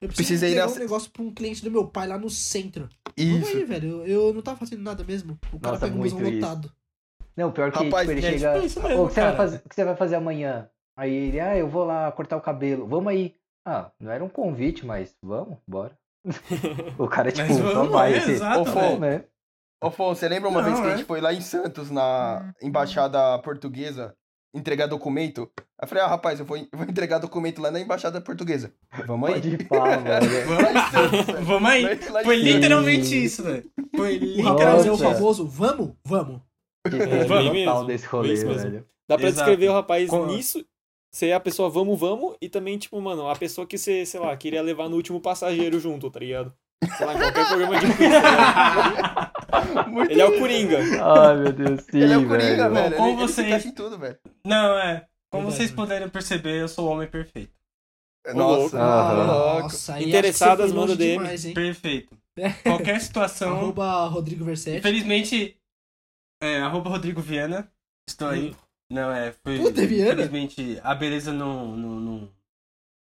Speaker 5: Eu preciso
Speaker 1: Precisa ir
Speaker 5: entregar
Speaker 1: na-
Speaker 5: um negócio pra um cliente do meu pai lá no centro. Vamos
Speaker 1: Isso.
Speaker 5: aí, velho. Eu, eu não tava fazendo nada mesmo. O cara
Speaker 2: Nossa,
Speaker 5: pega um busão
Speaker 2: muito isso.
Speaker 5: lotado.
Speaker 2: Não, pior que
Speaker 1: Rapaz,
Speaker 2: tipo, ele
Speaker 1: gente,
Speaker 2: chega.
Speaker 3: é isso mesmo,
Speaker 2: "Ô, o, que você vai
Speaker 3: cara."
Speaker 2: fazer, o que você vai fazer amanhã? Aí ele, ah, eu vou lá cortar o cabelo. Vamos aí. Ah, não era um convite, mas vamos, bora. o cara, tipo,
Speaker 4: Mas vamos,
Speaker 2: vamos aí.
Speaker 4: é
Speaker 2: esse-
Speaker 4: exato,
Speaker 1: Ô, Fo,
Speaker 4: velho.
Speaker 2: né?
Speaker 1: Ô, Fon, você lembra uma
Speaker 4: Não,
Speaker 1: vez que a
Speaker 4: é. Hum.
Speaker 1: gente foi lá em Santos, na embaixada portuguesa, entregar documento? Aí eu falei, ah, rapaz, eu vou, eu vou entregar documento lá na embaixada portuguesa. Vamos aí.
Speaker 2: Pode ir pá, mano.
Speaker 1: Lá
Speaker 2: né?
Speaker 1: em Santos, velho.
Speaker 4: Vamos aí.
Speaker 1: Lá- lá em
Speaker 4: Foi
Speaker 1: Santos.
Speaker 4: literalmente isso, velho. Foi
Speaker 5: O rapaz
Speaker 4: literalmente
Speaker 5: é o
Speaker 2: Nossa.
Speaker 5: famoso, vamos? Vamos.
Speaker 2: Que
Speaker 3: É, bem
Speaker 2: total
Speaker 3: mesmo,
Speaker 2: desse rolê,
Speaker 3: bem isso mesmo.
Speaker 2: velho.
Speaker 3: Dá pra
Speaker 4: Exato.
Speaker 3: descrever o rapaz
Speaker 4: Com-
Speaker 3: nisso, ser a pessoa vamos, vamos, e também, tipo, mano, a pessoa que você, sei lá, queria levar no último passageiro junto, tá ligado? Sei lá, em qualquer programa de quiz, tá ligado?
Speaker 1: Muito-
Speaker 3: Ele é o Coringa.
Speaker 2: Ai, meu Deus, sim,
Speaker 1: Ele é o Coringa,
Speaker 2: velho.
Speaker 1: velho.
Speaker 4: Ou
Speaker 1: Ele, ele
Speaker 4: vocês-
Speaker 1: encaixa em tudo, velho.
Speaker 4: Não, é. Como
Speaker 5: Verdade,
Speaker 4: vocês
Speaker 5: né?
Speaker 4: puderam perceber, eu sou o homem perfeito.
Speaker 1: Nossa,
Speaker 3: louco.
Speaker 1: mano,
Speaker 2: Aham.
Speaker 1: louco.
Speaker 5: Nossa, aí
Speaker 3: Interessadas,
Speaker 5: acho que você foi longe
Speaker 3: manda DM.
Speaker 5: demais, hein?
Speaker 4: Perfeito. Qualquer
Speaker 3: Então-
Speaker 4: situação.
Speaker 5: Arroba Rodrigo Versetti.
Speaker 4: Infelizmente. É, arroba Rodrigo Viana. Estou aí. Não, é. Foi,
Speaker 5: Puta, Viana.
Speaker 4: Infelizmente, a beleza não. não, não,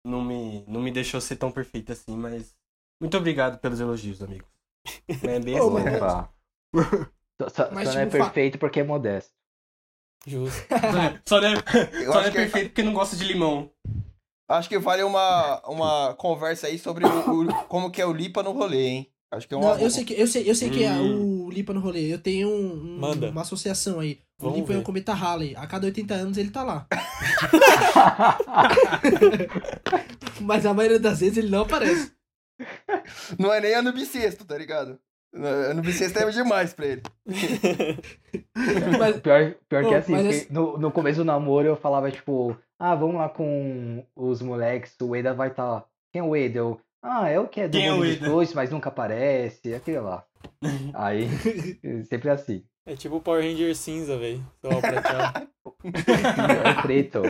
Speaker 4: não me, não me deixou ser tão perfeita assim, mas. Muito obrigado pelos elogios, amigo. É bem
Speaker 5: Ô,
Speaker 4: assim.
Speaker 5: mas-
Speaker 2: Opa. Só, só-
Speaker 5: Mas,
Speaker 2: só não é
Speaker 5: tipo, fa-
Speaker 2: perfeito porque é modesto.
Speaker 3: Justo.
Speaker 4: Só não é,
Speaker 1: Eu
Speaker 4: só não é
Speaker 1: acho que,
Speaker 4: perfeito porque não gosta de limão.
Speaker 1: acho que vale uma, uma conversa aí sobre o, o- como que é o Lipa no rolê, hein? Acho que é uma
Speaker 5: Não, eu sei que, eu sei, eu sei que é
Speaker 4: Hum.
Speaker 5: o Lipa no rolê. Eu tenho um- um-
Speaker 3: Manda.
Speaker 5: uma associação aí. O
Speaker 3: Vamos
Speaker 5: Lipa é
Speaker 3: ver.
Speaker 5: o cometa Halley. A cada 80 anos ele tá lá. Mas a maioria das vezes ele não aparece.
Speaker 1: Não é nem ano bissexto, tá ligado? Ano bissexto é demais pra ele.
Speaker 5: Mas,
Speaker 2: Pior, pior
Speaker 5: Ô,
Speaker 2: que assim,
Speaker 5: mas
Speaker 2: porque
Speaker 5: esse-
Speaker 2: no, no começo do namoro eu falava, tipo, ah, vamos lá com os moleques, o Eda vai estar tá lá. Quem é o Eda? Eu, ah, é o que é do
Speaker 4: Quem é
Speaker 2: mundo
Speaker 4: o
Speaker 2: dos
Speaker 4: Eda?"
Speaker 2: dois, mas nunca aparece, aquele lá. Aí, sempre assim.
Speaker 3: É tipo o Power Ranger cinza, velho. Sei lá, o prateado.
Speaker 2: É preto.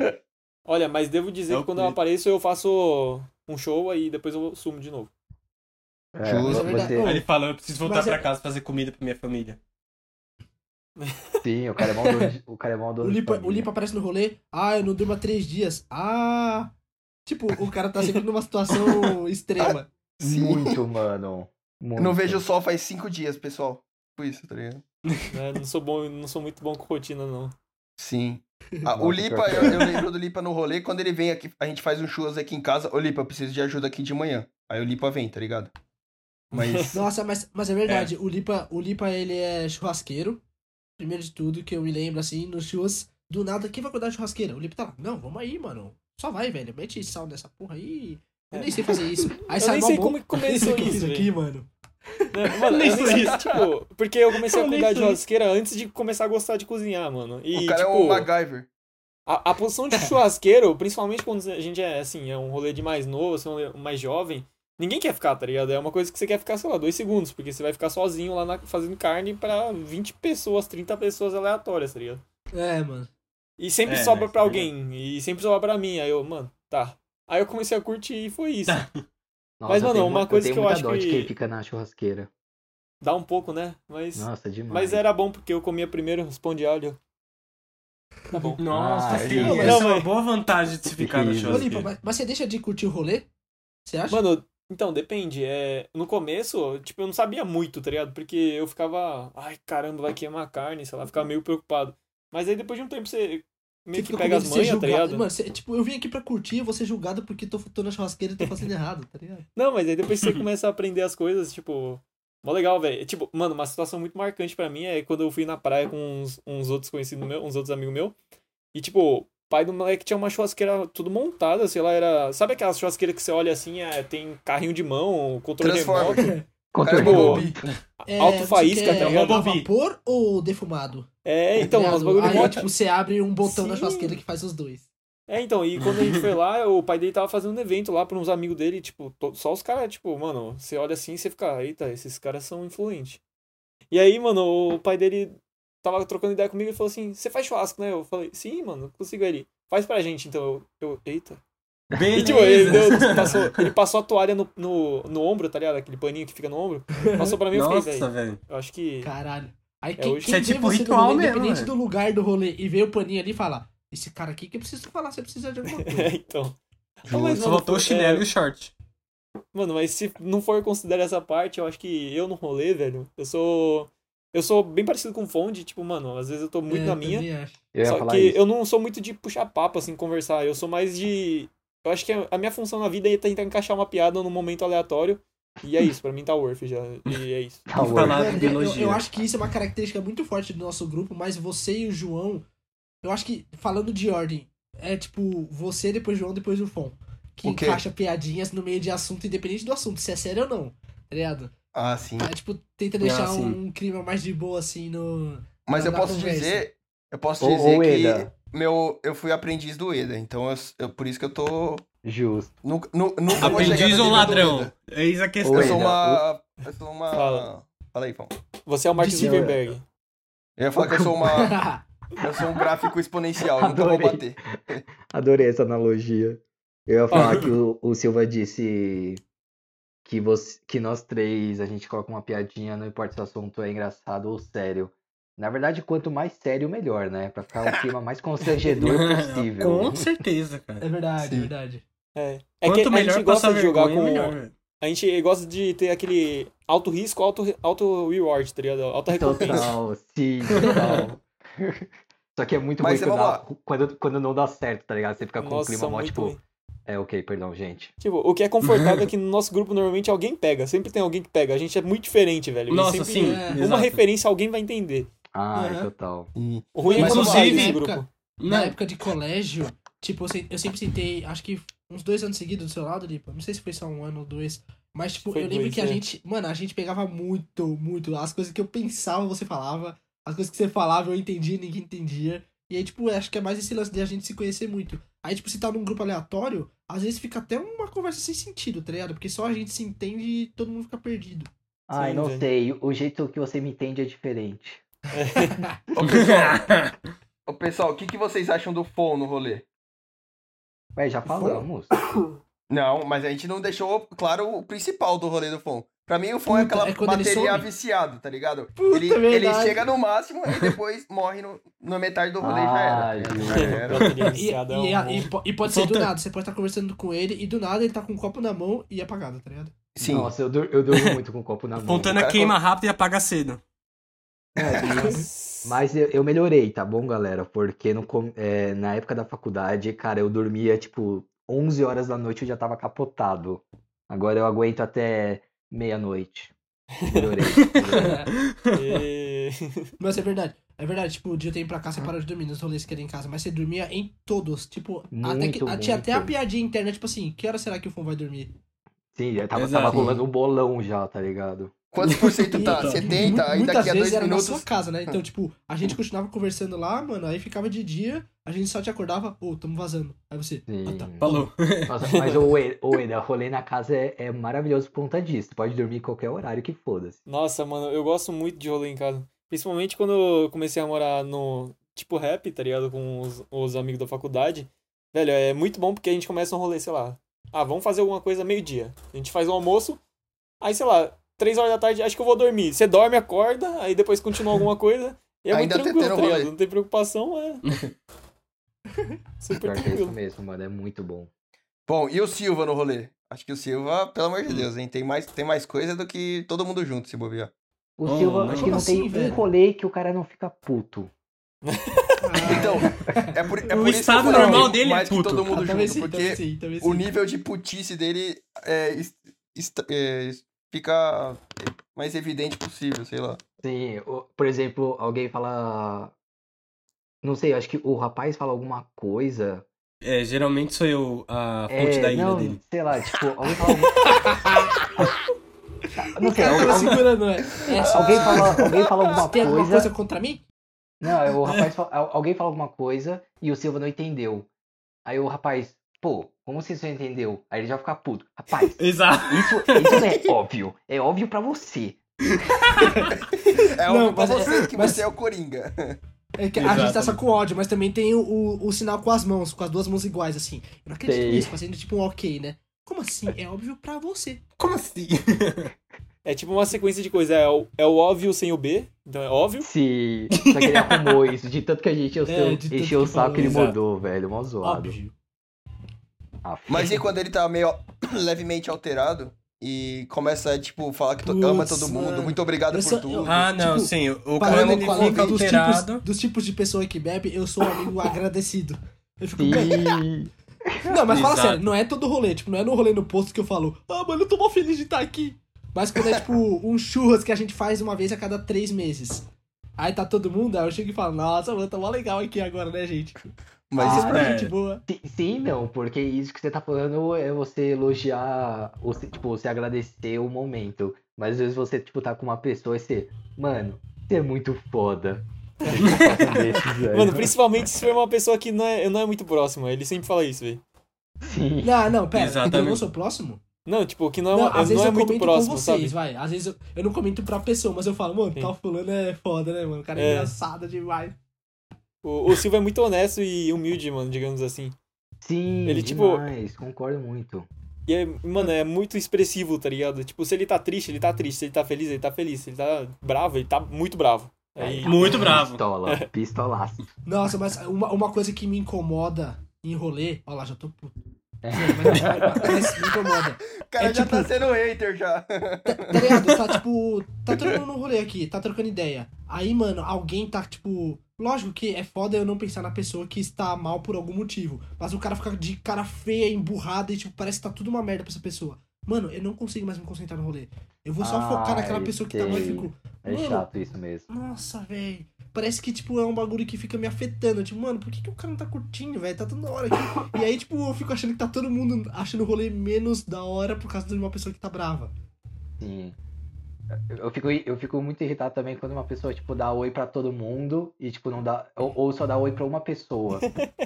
Speaker 3: Olha, mas devo dizer
Speaker 4: É o
Speaker 3: que quando eu
Speaker 4: preto.
Speaker 3: apareço, eu faço um show aí depois eu sumo de novo.
Speaker 2: É,
Speaker 1: Justo.
Speaker 2: você,
Speaker 4: Aí ele fala, eu preciso voltar
Speaker 5: Mas é-
Speaker 4: pra casa fazer comida pra minha família.
Speaker 2: sim, o cara é mó dono de- o cara é mó
Speaker 5: o,
Speaker 2: dono de
Speaker 5: Lipa, o
Speaker 2: família.
Speaker 5: Lipa aparece no rolê. Ah, eu não durmo há três dias. Ah. Tipo, o cara tá sempre numa situação extrema.
Speaker 2: Muito, mano. Muito.
Speaker 1: Eu não vejo o sol faz cinco dias, pessoal. Por isso, tá ligado?
Speaker 3: né? Não sou bom, não sou muito bom com rotina, não.
Speaker 1: Sim. Ah,
Speaker 2: Nossa,
Speaker 1: o Lipa,
Speaker 2: pior que
Speaker 1: eu, eu lembro do Lipa no rolê, quando ele vem aqui, a gente faz um churras aqui em casa. Ô, Lipa, eu preciso de ajuda aqui de manhã. Aí o Lipa vem, tá ligado? Mas.
Speaker 5: Nossa, mas, mas é verdade. O, Lipa, o Lipa, ele é churrasqueiro. Primeiro de tudo, que eu me lembro, assim, nos churras. Do nada, quem vai cuidar de churrasqueira? O Lipa tá lá. Não, vamos aí, mano. Só vai, velho. Mete sal nessa porra aí. Eu nem sei fazer isso. Aí
Speaker 3: Eu
Speaker 5: sai
Speaker 3: nem
Speaker 5: mó
Speaker 3: sei
Speaker 5: bom.
Speaker 3: como que começou
Speaker 5: Eu nem sei o que eu
Speaker 3: isso,
Speaker 5: fiz aqui, mano.
Speaker 3: Né? Mano,
Speaker 4: Nem
Speaker 3: eu nem
Speaker 4: sei
Speaker 3: sei,
Speaker 4: isso.
Speaker 3: tipo, porque eu comecei a
Speaker 4: Eu nem
Speaker 3: cuidar de
Speaker 4: sei.
Speaker 3: churrasqueira antes de começar a gostar de cozinhar, mano. E,
Speaker 1: o cara
Speaker 3: tipo,
Speaker 1: é um MacGyver.
Speaker 3: A, a posição de churrasqueiro, principalmente quando a gente é assim, é um rolê de mais novo, assim, um rolê mais jovem, ninguém quer ficar, tá ligado? É uma coisa que você quer ficar, sei lá, dois segundos, porque você vai ficar sozinho lá na- fazendo carne pra 20 pessoas, 30 pessoas aleatórias, tá ligado?
Speaker 5: É, mano.
Speaker 3: E sempre
Speaker 4: É,
Speaker 3: sobra
Speaker 4: mas
Speaker 3: pra
Speaker 4: é
Speaker 3: alguém, e sempre sobra pra mim, aí eu, mano, tá. Aí eu comecei a curtir e foi isso.
Speaker 2: Nossa,
Speaker 3: Mas,
Speaker 2: eu
Speaker 3: mano,
Speaker 2: tenho
Speaker 3: uma
Speaker 2: mu-
Speaker 3: coisa
Speaker 2: eu tenho
Speaker 3: que eu
Speaker 2: muita
Speaker 3: acho
Speaker 2: dó de
Speaker 3: que-
Speaker 2: quem fica na churrasqueira.
Speaker 3: Dá um pouco, né? Mas,
Speaker 2: Nossa, demais.
Speaker 3: mas era bom, porque eu comia primeiro os pão de alho. Tá bom.
Speaker 4: Nossa,
Speaker 2: Ah,
Speaker 4: filho. essa
Speaker 5: não,
Speaker 4: é
Speaker 3: mas-
Speaker 4: uma boa vantagem de se ficar no
Speaker 2: Isso.
Speaker 5: Ô,
Speaker 4: churrasqueiro.
Speaker 5: Lipa, mas, mas você deixa de curtir o rolê? Você acha?
Speaker 3: Mano, então, depende. É, no começo, tipo, eu não sabia muito, tá ligado? Porque eu ficava, ai, caramba, vai queimar a carne, sei lá, ficava meio preocupado. Mas aí depois de um tempo você meio que
Speaker 5: fica com
Speaker 3: pega
Speaker 5: medo
Speaker 3: as
Speaker 5: de ser
Speaker 3: manhas, tá
Speaker 5: julgado.
Speaker 3: ligado?
Speaker 5: Mano, você- tipo, eu vim aqui pra curtir, eu vou ser julgado porque tô, tô na churrasqueira e tô fazendo errado, tá ligado?
Speaker 3: Não, mas aí depois você começa a aprender as coisas, tipo. Mó legal, velho. É, Tipo, mano, uma situação muito marcante pra mim é quando eu fui na praia com uns, uns outros conhecidos meus, uns outros amigos meus. E, tipo, o pai do moleque tinha uma churrasqueira tudo montada, sei lá, era. Sabe aquelas churrasqueiras que você olha assim, é, tem carrinho de mão, controle
Speaker 1: Transforma.
Speaker 3: remoto?
Speaker 1: Cara, é
Speaker 2: Controle.
Speaker 3: Boa.
Speaker 1: Bob.
Speaker 5: É,
Speaker 3: Alto
Speaker 5: você
Speaker 3: faísca,
Speaker 5: quer
Speaker 3: tá ligado?
Speaker 5: A vapor ou defumado?
Speaker 3: É, então,
Speaker 5: Tá
Speaker 3: uns
Speaker 5: ligado?
Speaker 3: bagulho
Speaker 5: Aí,
Speaker 3: mó
Speaker 5: tipo, você abre um botão na
Speaker 3: Sim.
Speaker 5: churrasqueira que faz os dois.
Speaker 3: É, então, e quando a gente foi lá, o pai dele tava fazendo um evento lá pra uns amigos dele, tipo, to- só os caras, tipo, mano, você olha assim e você fica, eita, esses caras são influentes. E aí, mano, o pai dele tava trocando ideia comigo e falou assim, você faz churrasco, né? Eu falei, sim, mano, consigo Aí ele. Faz pra gente, então. Eu, eu eita. E, tipo, ele, deu, passou, ele passou a toalha no, no, no ombro, tá ligado? Aquele paninho que fica no ombro. Passou pra mim e eu fiquei,
Speaker 4: Nossa,
Speaker 3: velho.
Speaker 4: velho.
Speaker 3: Eu acho que...
Speaker 5: Caralho. Aí
Speaker 3: É,
Speaker 5: quem,
Speaker 3: hoje
Speaker 5: quem
Speaker 4: é
Speaker 5: vê
Speaker 4: tipo
Speaker 5: você no
Speaker 4: ritual
Speaker 5: rolê,
Speaker 4: mesmo,
Speaker 5: independente
Speaker 4: né?
Speaker 5: do lugar do rolê, e vê o paninho ali e fala, esse cara aqui que eu preciso falar, você precisa de alguma coisa.
Speaker 3: É, então. Ah, mas,
Speaker 4: Só
Speaker 3: mano,
Speaker 4: faltou o
Speaker 3: foi-
Speaker 4: chinelo
Speaker 3: é,
Speaker 4: e o short.
Speaker 3: Mano, mas se não for considerar essa parte, eu acho que eu no rolê, velho, eu sou. Eu sou bem parecido com o Fonde, tipo, mano, às vezes eu tô muito
Speaker 5: É,
Speaker 3: na
Speaker 5: também
Speaker 3: minha.
Speaker 5: acho.
Speaker 2: Eu ia
Speaker 3: Só
Speaker 2: falar
Speaker 3: que
Speaker 2: isso.
Speaker 3: eu não sou muito de puxar papo, assim, conversar. Eu sou mais de. Eu acho que a a minha função na vida é tentar encaixar uma piada num momento aleatório. E é isso, pra mim tá worth já. E é isso.
Speaker 2: Tá,
Speaker 4: Vou
Speaker 2: amor.
Speaker 4: falar. Ah,
Speaker 5: Mano, eu,
Speaker 4: biologia.
Speaker 5: eu acho que isso é uma característica muito forte do nosso grupo, mas você e o João, eu acho que, falando de ordem, é tipo, você, depois o João, depois o Fon. Que
Speaker 1: O quê?
Speaker 5: encaixa piadinhas no meio de assunto, independente do assunto, se é sério ou não, tá ligado?
Speaker 1: Ah, sim.
Speaker 5: É tipo, tenta deixar
Speaker 4: Ah, sim.
Speaker 5: um, um clima mais de boa, assim, no.
Speaker 1: Mas eu
Speaker 5: na
Speaker 1: posso
Speaker 5: conversa.
Speaker 1: dizer. Eu posso
Speaker 2: Ô,
Speaker 1: dizer
Speaker 2: ô,
Speaker 1: que
Speaker 2: Eda.
Speaker 1: meu, eu fui aprendiz do Eda, então eu, eu- por isso que eu tô.
Speaker 2: Justo.
Speaker 1: Nunca, nu- nunca vou chegar
Speaker 4: Aprendiz
Speaker 1: no
Speaker 4: ou
Speaker 1: nível do
Speaker 4: ladrão?
Speaker 1: Eda.
Speaker 4: Eis a
Speaker 1: Eu
Speaker 4: questão.
Speaker 2: Oi.
Speaker 1: sou
Speaker 2: Eda,
Speaker 1: uma. Eu sou uma.
Speaker 3: Fala.
Speaker 1: Fala aí, Pão.
Speaker 3: Você é o Mark
Speaker 5: Disse-
Speaker 3: Zuckerberg.
Speaker 1: Eu ia falar que eu sou uma. Eu sou um gráfico exponencial, nunca vou
Speaker 2: Adorei.
Speaker 1: bater.
Speaker 2: Adorei essa analogia. Eu ia falar que o, o Silva disse que, você, que nós três a gente coloca uma piadinha, não importa se o assunto é engraçado ou sério. Na verdade, quanto mais sério, melhor, né? Pra ficar um clima mais constrangedor é possível. né?
Speaker 4: Com certeza, cara.
Speaker 5: É verdade,
Speaker 1: Sim.
Speaker 5: é verdade.
Speaker 3: É. É que
Speaker 4: Quanto
Speaker 3: a
Speaker 4: melhor
Speaker 3: gente
Speaker 4: passar
Speaker 3: gosta de jogar
Speaker 4: vergonha,
Speaker 3: com.
Speaker 4: melhor. velho.
Speaker 3: A gente gosta de ter aquele alto risco, alto, re- alto reward, tá ligado? Alta
Speaker 2: Então
Speaker 3: recompensa.
Speaker 2: Total, sim, total. Só que é muito
Speaker 1: Mas
Speaker 2: ruim
Speaker 1: vamos
Speaker 2: quando, dá- quando, quando não dá certo, tá ligado? Você fica com o
Speaker 3: Nossa,
Speaker 2: clima mó,
Speaker 3: muito
Speaker 2: tipo,
Speaker 3: ruim.
Speaker 2: é ok, perdão, gente.
Speaker 3: Tipo, o que é confortável é que no nosso grupo normalmente alguém pega. Sempre tem alguém que pega. A gente é muito diferente, velho. E
Speaker 4: Nossa,
Speaker 3: sempre
Speaker 4: sim.
Speaker 5: é,
Speaker 3: Uma
Speaker 4: exato.
Speaker 3: referência alguém vai entender.
Speaker 2: Ai,
Speaker 5: Aham.
Speaker 2: total.
Speaker 3: O ruim é
Speaker 1: Mas,
Speaker 3: quando sai
Speaker 4: inclusive,
Speaker 5: na
Speaker 3: desse grupo.
Speaker 5: época- Na
Speaker 4: Não,
Speaker 5: época de colégio, tipo, eu, se- eu sempre sentei, acho que uns dois anos seguidos do seu lado, Lipa. Não sei se foi só um ano ou dois. Mas, tipo,
Speaker 3: Foi
Speaker 5: eu lembro
Speaker 3: dois,
Speaker 5: que a
Speaker 3: é.
Speaker 5: gente. Mano, a gente pegava muito, muito. As coisas que eu pensava, você falava. As coisas que você falava, eu entendia, ninguém entendia. E aí, tipo, eu acho que é mais esse lance de a gente se conhecer muito. Aí, tipo, se tá num grupo aleatório, às vezes fica até uma conversa sem sentido, tá ligado? Porque só a gente se entende e todo mundo fica perdido.
Speaker 2: Ai, não
Speaker 3: gente.
Speaker 2: sei, o jeito que você me entende é diferente.
Speaker 1: Ô, pessoal, ô, pessoal, o que, que vocês acham do Fon no rolê?
Speaker 2: Ué, já falamos.
Speaker 1: Não, mas a gente não deixou claro o principal do rolê do Fon. Pra mim, o Fon é
Speaker 5: Puta,
Speaker 1: aquela
Speaker 5: é quando ele
Speaker 1: bateria
Speaker 5: some?
Speaker 1: viciada, tá ligado?
Speaker 5: Puta,
Speaker 1: ele, ele
Speaker 5: verdade.
Speaker 1: chega no máximo e depois morre no, na metade do rolê
Speaker 2: Ah,
Speaker 1: e já era.
Speaker 2: justo.
Speaker 3: É,
Speaker 1: Já era.
Speaker 3: Bateria
Speaker 5: E,
Speaker 3: viciada é
Speaker 5: e-
Speaker 3: um-
Speaker 5: e po- e pode ser do
Speaker 4: Falta-
Speaker 5: nada, você pode estar conversando com ele e do nada ele tá com um copo na mão e apagado, tá ligado?
Speaker 1: Sim.
Speaker 2: Nossa, eu, dur- eu durmo muito com o copo na mão.
Speaker 4: Fontana
Speaker 1: cara-
Speaker 4: queima rápido e apaga cedo.
Speaker 5: é.
Speaker 3: Nossa.
Speaker 2: Mas eu, eu melhorei, tá bom, galera? Porque no com- é, na época da faculdade, cara, eu dormia tipo 11 horas da noite eu já tava capotado. Agora eu aguento até meia-noite. Melhorei.
Speaker 3: E-
Speaker 5: Mas é verdade. É verdade, tipo, de um tempo pra cá
Speaker 3: Ah.
Speaker 5: você parou de dormir nos rolês que era em casa, mas você dormia em todos. Tipo, até que,
Speaker 2: Muito,
Speaker 5: tinha até a
Speaker 2: muito.
Speaker 5: piadinha interna, tipo assim, que hora será que o Fon vai dormir?
Speaker 2: Sim, eu tava,
Speaker 4: Exato.
Speaker 2: tava rolando um bolão já, tá ligado?
Speaker 1: Quantos por cento tá?
Speaker 5: Então,
Speaker 1: 70?
Speaker 5: mu-
Speaker 1: Aí
Speaker 5: muitas
Speaker 1: daqui a
Speaker 5: vezes
Speaker 1: dois
Speaker 5: era
Speaker 1: minutos. Ah.
Speaker 5: na sua casa, né? Então, tipo, a gente continuava conversando lá, mano, aí ficava de dia, a gente só te acordava, ô, tamo vazando. Aí você, ah tá.
Speaker 2: Sim.
Speaker 4: Falou.
Speaker 2: Nossa, mas o Eda, rolê na casa é, é maravilhoso por conta disso. Pode dormir em qualquer horário que foda-se.
Speaker 3: Nossa, mano, eu gosto muito de rolê em casa. Principalmente quando eu comecei a morar no tipo rap, tá ligado? Com os, os amigos da faculdade. Velho, é muito bom porque a gente começa um rolê, sei lá. Ah, vamos fazer alguma coisa meio-dia. A gente faz um almoço. Aí, sei lá, três horas da tarde, acho que eu vou dormir. Você dorme, acorda, aí depois continua alguma coisa. E é muito
Speaker 1: Ainda tem
Speaker 3: tranquilo,
Speaker 1: ter um
Speaker 3: tá ligado?
Speaker 1: rolê.
Speaker 3: Não tem preocupação, é. Super
Speaker 2: Pior que é isso
Speaker 3: tranquilo.
Speaker 2: mesmo, mano. É muito bom.
Speaker 1: Bom, e o Silva no rolê? Acho que o Silva, pelo amor de
Speaker 5: Hum.
Speaker 1: Deus, hein? Tem mais, tem mais coisa do que todo mundo junto se bobear.
Speaker 2: O
Speaker 4: Oh,
Speaker 2: Silva, acho que
Speaker 5: como
Speaker 2: não
Speaker 5: assim,
Speaker 2: tem um
Speaker 5: velho?
Speaker 2: rolê que o cara não fica puto.
Speaker 1: Então, é por, é
Speaker 4: O
Speaker 1: por isso que eu
Speaker 4: estado
Speaker 1: falei,
Speaker 4: normal dele é
Speaker 1: mais que
Speaker 4: puto.
Speaker 1: todo mundo
Speaker 5: Ah,
Speaker 1: junto,
Speaker 5: talvez sim,
Speaker 1: porque
Speaker 5: talvez sim, talvez
Speaker 1: o
Speaker 5: sim.
Speaker 1: nível de putice dele é, es- est- é, es- fica mais evidente possível, sei lá.
Speaker 2: Sim, o- por exemplo, alguém fala. Não sei, acho que o rapaz fala alguma coisa.
Speaker 4: É, geralmente sou eu a fonte
Speaker 2: é,
Speaker 4: da ira
Speaker 2: não,
Speaker 4: dele.
Speaker 2: sei lá, tipo, alguém fala. algum- não sei,
Speaker 4: assim,
Speaker 5: O cara tava
Speaker 2: alguém,
Speaker 5: segurando, é. é só-
Speaker 2: alguém fala, alguém fala alguma
Speaker 5: Tem alguma coisa é.
Speaker 2: coisa.
Speaker 5: contra mim?
Speaker 2: Não, é o rapaz fala, al- alguém fala alguma coisa e o Silva não entendeu. Aí o rapaz, pô, como assim você não entendeu? Aí ele já fica puto. Rapaz,
Speaker 4: Exato.
Speaker 2: isso, isso não é óbvio. É óbvio pra você.
Speaker 1: É
Speaker 5: Não,
Speaker 1: óbvio pra
Speaker 5: mas é-
Speaker 1: você que
Speaker 5: mas-
Speaker 1: você é o Coringa.
Speaker 5: É que a
Speaker 4: Exatamente.
Speaker 5: gente tá só com ódio, mas também tem o, o, o sinal com as mãos, com as duas mãos iguais, assim. Eu não acredito
Speaker 2: Tem.
Speaker 5: nisso, fazendo tipo um ok, né? Como assim? É óbvio pra você.
Speaker 4: Como assim?
Speaker 3: É tipo uma sequência de coisas. É o, é o óbvio sem o B, então é óbvio.
Speaker 2: Se. Só que ele arrumou isso. De tanto que a gente encheu,
Speaker 5: É, de tanto
Speaker 2: encheu o
Speaker 5: que
Speaker 2: saco,
Speaker 5: falou,
Speaker 2: ele
Speaker 4: exato.
Speaker 2: mudou, velho. Mó zoado.
Speaker 5: Óbvio.
Speaker 2: Ah,
Speaker 1: Mas e quando ele tá meio levemente alterado e começa, tipo, falar que to-
Speaker 5: Putz,
Speaker 1: ama todo mundo,
Speaker 5: mano.
Speaker 1: muito obrigado
Speaker 5: Eu
Speaker 1: por
Speaker 5: sou-
Speaker 1: tudo.
Speaker 4: Ah, não,
Speaker 5: Tipo,
Speaker 4: sim. O
Speaker 5: Parando
Speaker 2: é
Speaker 4: quando ele
Speaker 2: um
Speaker 5: com a
Speaker 4: fica
Speaker 5: luta dos tipos,
Speaker 4: alterado.
Speaker 5: dos tipos de pessoa que bebe, eu sou um amigo agradecido. Eu fico, bem.
Speaker 2: Sim.
Speaker 5: Não, mas fala
Speaker 4: Exato.
Speaker 5: sério, não é todo rolê, tipo, não é no rolê no posto que eu falo, ah, mano, eu tô mó feliz de estar aqui. Mas quando é tipo um churras que a gente faz uma vez a cada três meses. Aí tá todo mundo, aí eu chego e falo, nossa, mano, tá mó legal aqui agora, né, gente?
Speaker 1: Mas
Speaker 2: Ah,
Speaker 1: isso pra
Speaker 4: é.
Speaker 1: mim.
Speaker 5: Gente boa.
Speaker 2: Sim, sim, não, porque isso que você tá falando é você elogiar, ou se- tipo, você agradecer o momento. Mas às vezes você, tipo, tá com uma pessoa e você, mano, você é muito foda. um É.
Speaker 3: Mano, principalmente se for uma pessoa que não é, não é muito próxima. Ele sempre fala isso, velho.
Speaker 2: Sim.
Speaker 5: Não, não, pera,
Speaker 4: Exatamente.
Speaker 5: eu não sou próximo?
Speaker 3: Não, tipo, que não é,
Speaker 5: Não,
Speaker 3: uma-
Speaker 5: às vezes
Speaker 3: não é
Speaker 5: eu
Speaker 3: muito
Speaker 5: comento
Speaker 3: próximo,
Speaker 5: com vocês,
Speaker 3: sabe?
Speaker 5: vai. Às vezes eu, eu não comento pra pessoa, mas eu falo, mano,
Speaker 3: Sim.
Speaker 5: tal fulano é foda, né, mano? O cara é,
Speaker 3: É.
Speaker 5: engraçado demais.
Speaker 3: O, o Silva é muito honesto e humilde, mano, digamos assim.
Speaker 2: Sim,
Speaker 3: Ele, tipo-
Speaker 2: demais, concordo muito.
Speaker 3: E é, mano, é muito expressivo, tá ligado? Tipo, se ele tá triste, ele tá triste. Se ele tá feliz, ele tá feliz. Se ele tá bravo, ele tá muito bravo.
Speaker 5: É,
Speaker 3: Aí,
Speaker 4: Muito bravo.
Speaker 2: Pistola, pistolaço.
Speaker 5: Nossa, mas uma, uma coisa que me incomoda em rolê. Olha lá, já tô puto.
Speaker 3: É.
Speaker 5: Mas, mas me incomoda.
Speaker 1: O cara
Speaker 5: É
Speaker 1: já tá
Speaker 5: tipo-
Speaker 1: sendo hater já.
Speaker 5: Tá ligado? Tá tipo. Tá trocando no rolê aqui, tá trocando ideia. Aí, mano, alguém tá tipo. Lógico que é foda eu não pensar na pessoa que está mal por algum motivo. Mas o cara fica de cara feia, emburrada e tipo, parece que tá tudo uma merda pra essa pessoa. Mano, eu não consigo mais me concentrar no rolê. Eu vou só
Speaker 2: Ah,
Speaker 5: focar naquela
Speaker 2: eu
Speaker 5: pessoa que tá mal e
Speaker 2: sei.
Speaker 5: fico.
Speaker 2: É
Speaker 5: Mano.
Speaker 2: chato isso mesmo.
Speaker 5: Nossa, velho. Parece que, tipo, é um bagulho que fica me afetando. Tipo, mano, por que, que o cara não tá curtindo, velho? Tá toda hora aqui. E aí, tipo, eu fico achando que tá todo mundo achando o rolê menos da hora por causa de uma pessoa que tá brava.
Speaker 2: Sim. Eu- Eu fico, eu fico muito irritado também quando uma pessoa, tipo, dá oi pra todo mundo e, tipo, não dá. Ou, ou só dá oi pra uma pessoa.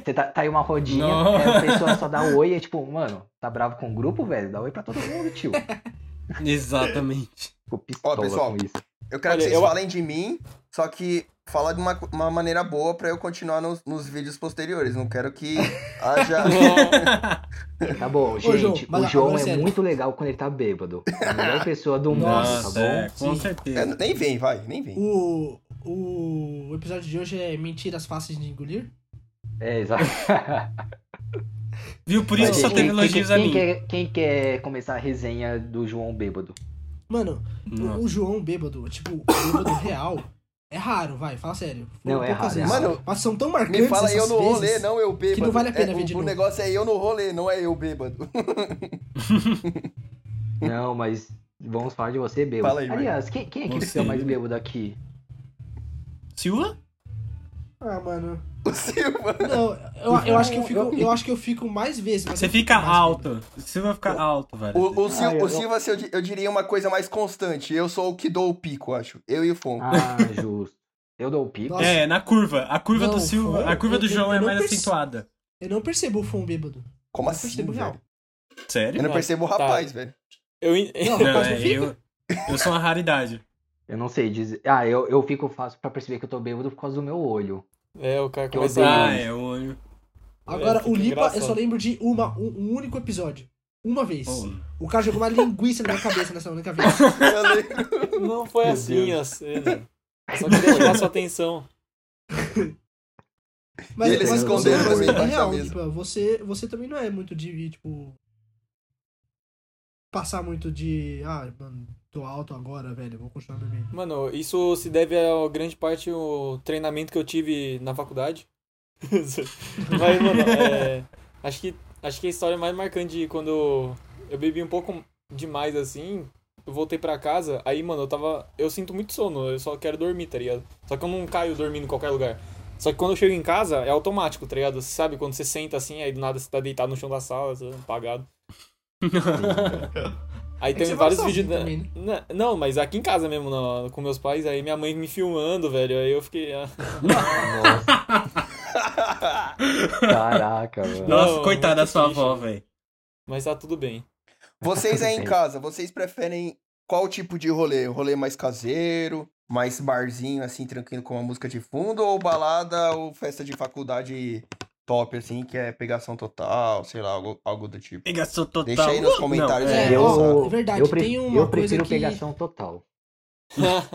Speaker 2: Você tá, tá em uma rodinha,
Speaker 4: Não.
Speaker 2: aí a pessoa só dá oi e é tipo, mano, tá bravo com o grupo, velho? Dá oi pra todo mundo, tio.
Speaker 4: Exatamente.
Speaker 2: Fico pistola
Speaker 1: pessoal,
Speaker 2: com isso.
Speaker 1: Eu quero
Speaker 3: Olha,
Speaker 1: que vocês
Speaker 3: eu-
Speaker 1: falem de mim, só que falar de uma, uma maneira boa pra eu continuar nos, nos vídeos posteriores. Não quero que haja.
Speaker 2: Tá bom,
Speaker 5: João,
Speaker 2: gente,
Speaker 5: mas
Speaker 2: o
Speaker 5: agora
Speaker 2: João é
Speaker 5: sério.
Speaker 2: muito legal quando ele tá bêbado. É a melhor pessoa do mundo,
Speaker 4: Nossa,
Speaker 2: tá bom?
Speaker 4: é, com
Speaker 5: Sim.
Speaker 1: É,
Speaker 4: certeza.
Speaker 1: nem vem, vai, nem vem.
Speaker 5: O, o episódio de hoje é Mentiras Fáceis de Engolir.
Speaker 2: É, exato.
Speaker 4: Viu? Por isso
Speaker 2: Mas
Speaker 4: que só
Speaker 2: quem-
Speaker 4: teve
Speaker 2: quem-
Speaker 4: elogios
Speaker 2: quem,
Speaker 4: a mim.
Speaker 2: Quer, quem quer começar a resenha do João bêbado?
Speaker 5: Mano,
Speaker 4: Nossa.
Speaker 5: o João bêbado, tipo, o bêbado real, é raro, vai, fala sério. Foram
Speaker 2: Não, é
Speaker 5: poucas
Speaker 2: raro, é
Speaker 5: vezes.
Speaker 1: raro. Mano,
Speaker 5: mas são tão marcantes
Speaker 1: Me fala eu
Speaker 5: essas
Speaker 1: no rolê,
Speaker 5: vezes.
Speaker 1: não eu bêbado.
Speaker 5: que não vale a pena
Speaker 1: É,
Speaker 5: vir de
Speaker 1: o, o
Speaker 5: novo.
Speaker 1: negócio é eu no rolê, não é eu bêbado.
Speaker 2: Não, mas vamos falar de você bêbado.
Speaker 1: Fala aí, vai.
Speaker 2: Aliás, quem, quem é que
Speaker 4: Você.
Speaker 2: fica mais bêbado aqui?
Speaker 4: Silva?
Speaker 5: Ah, mano.
Speaker 1: O Silva.
Speaker 5: Não, eu, eu, acho que eu, fico, eu acho que eu fico mais vezes. mas
Speaker 4: Você
Speaker 5: eu fico
Speaker 4: fica
Speaker 5: mais bêbado.
Speaker 4: alto. Silva fica alto, velho.
Speaker 1: O, o Sil-
Speaker 2: Ah, eu-
Speaker 1: o Silva, se eu, di- eu diria uma coisa mais constante. Eu sou o que dou o pico, acho. Eu e o Fonco.
Speaker 2: Ah, justo. Eu dou o pico.
Speaker 5: Nossa.
Speaker 4: É, na curva. A curva
Speaker 5: Não,
Speaker 4: do Silva,
Speaker 5: foi-
Speaker 4: a curva do
Speaker 5: eu- eu-
Speaker 4: João
Speaker 5: eu
Speaker 4: é
Speaker 5: não
Speaker 4: mais
Speaker 5: perce-
Speaker 4: acentuada.
Speaker 5: Eu não percebo o fã bêbado.
Speaker 1: Como
Speaker 5: eu
Speaker 1: assim,
Speaker 5: percebo real.
Speaker 1: velho? Eu
Speaker 4: Sério?
Speaker 1: não
Speaker 3: Não,
Speaker 1: percebo o
Speaker 3: tá.
Speaker 1: rapaz, velho.
Speaker 3: eu, en-
Speaker 5: Não,
Speaker 4: Não,
Speaker 5: rapaz,
Speaker 4: é,
Speaker 5: não fica.
Speaker 4: eu, eu sou uma raridade.
Speaker 2: Eu não sei dizer. Ah, eu, eu fico fácil pra perceber que eu tô bêbado por causa do meu olho.
Speaker 3: É, o cara
Speaker 2: Que eu
Speaker 3: começa
Speaker 2: odeio.
Speaker 3: a...
Speaker 4: Ah, é, o olho.
Speaker 5: Agora,
Speaker 1: É,
Speaker 3: fica
Speaker 5: o Lipa, eu
Speaker 3: engraçado.
Speaker 5: só lembro de uma, um, um único episódio. Uma vez.
Speaker 4: Oh.
Speaker 5: O cara jogou uma linguiça na minha cabeça nessa única vez.
Speaker 1: Eu lembro.
Speaker 3: Não foi
Speaker 4: Meu
Speaker 3: assim
Speaker 4: Deus.
Speaker 3: a cena. Eu só queria chamar sua atenção.
Speaker 5: Mas,
Speaker 1: Eles
Speaker 5: mas
Speaker 1: esconderam
Speaker 5: você-
Speaker 1: pra mim
Speaker 5: você é
Speaker 1: embaixo da
Speaker 5: real,
Speaker 1: mesa.
Speaker 5: Lipa. Você, você também não é muito de, tipo. Passar muito de. Ah, mano, tô alto agora, velho. Vou continuar bebendo.
Speaker 3: Mano, isso se deve a grande parte ao treinamento que eu tive na faculdade. Mas, mano, é, acho, que, acho que a história mais marcante de quando eu bebi um pouco demais assim, eu voltei pra casa, aí, mano, eu tava. Eu sinto muito sono, eu só quero dormir, tá ligado? Só que eu não caio dormindo em qualquer lugar. Só que quando eu chego em casa, é automático, tá ligado? Você sabe, quando você senta assim, aí do nada você tá deitado no chão da sala, você tá apagado. Aí
Speaker 5: É que
Speaker 3: tem
Speaker 5: você mora
Speaker 3: vários
Speaker 5: sozinho
Speaker 3: vídeos. da-
Speaker 5: também, né?
Speaker 3: na- Não, mas aqui em casa mesmo, na- com meus pais, aí minha mãe me filmando, velho. Aí eu fiquei. ah,
Speaker 2: Nossa. Caraca, mano.
Speaker 4: Nossa,
Speaker 3: Não,
Speaker 4: coitada da
Speaker 3: muito
Speaker 4: sua
Speaker 3: triste.
Speaker 4: avó, velho.
Speaker 3: Mas tá tudo bem.
Speaker 1: Vocês aí em
Speaker 2: Bem.
Speaker 1: casa, vocês preferem qual tipo de rolê? Rolê mais caseiro, mais barzinho, assim, tranquilo com uma música de fundo, ou balada ou festa de faculdade top, assim, que é pegação total, sei lá, algo, algo do tipo.
Speaker 4: Pegação total.
Speaker 1: Deixa aí nos
Speaker 4: Uh,
Speaker 1: comentários
Speaker 4: Não,
Speaker 1: aí.
Speaker 5: É,
Speaker 1: Eu...
Speaker 5: ó, é verdade,
Speaker 2: eu pre-
Speaker 5: tem uma
Speaker 2: eu
Speaker 5: coisa
Speaker 2: prefiro
Speaker 5: que-
Speaker 2: pegação total.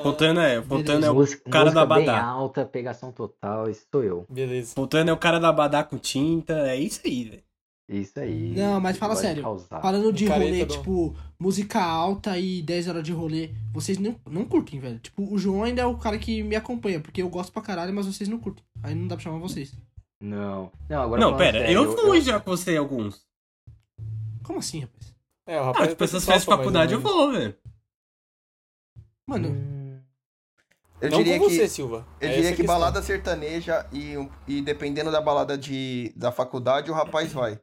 Speaker 4: Pontana é, Pontana é, o-
Speaker 2: Música,
Speaker 4: cara da
Speaker 2: música bem
Speaker 4: Badá.
Speaker 2: alta, pegação total, isso sou eu.
Speaker 3: Beleza.
Speaker 4: Pontana é o cara da Badá com tinta, é isso aí, velho.
Speaker 2: Isso aí.
Speaker 5: Não, mas fala
Speaker 2: Gosto de
Speaker 5: sério.
Speaker 2: causar.
Speaker 5: Falando de
Speaker 3: Picareta,
Speaker 5: rolê,
Speaker 3: não.
Speaker 5: tipo, música alta e 10 horas de rolê, vocês não, não curtem, velho. Tipo, o João ainda é o cara que me acompanha, porque eu gosto pra caralho, mas vocês não curtem. Aí não dá pra chamar vocês.
Speaker 2: Não. Não, agora
Speaker 4: Não,
Speaker 2: falando
Speaker 4: pera,
Speaker 2: sério,
Speaker 4: eu fui já com você em alguns.
Speaker 5: Como assim, rapaz?
Speaker 3: É, o
Speaker 4: Ah,
Speaker 3: rapaz.
Speaker 4: tipo, essas
Speaker 3: topa,
Speaker 4: festas de
Speaker 3: mais ou
Speaker 4: faculdade eu
Speaker 3: menos.
Speaker 4: vou, velho.
Speaker 5: Mano,
Speaker 2: Hum,
Speaker 3: Não
Speaker 1: diria
Speaker 3: com
Speaker 1: que,
Speaker 3: você, Silva.
Speaker 1: eu
Speaker 3: É
Speaker 1: diria
Speaker 3: essa a
Speaker 1: que
Speaker 3: questão.
Speaker 1: balada sertaneja e, um- e dependendo da balada de, da faculdade, o rapaz vai.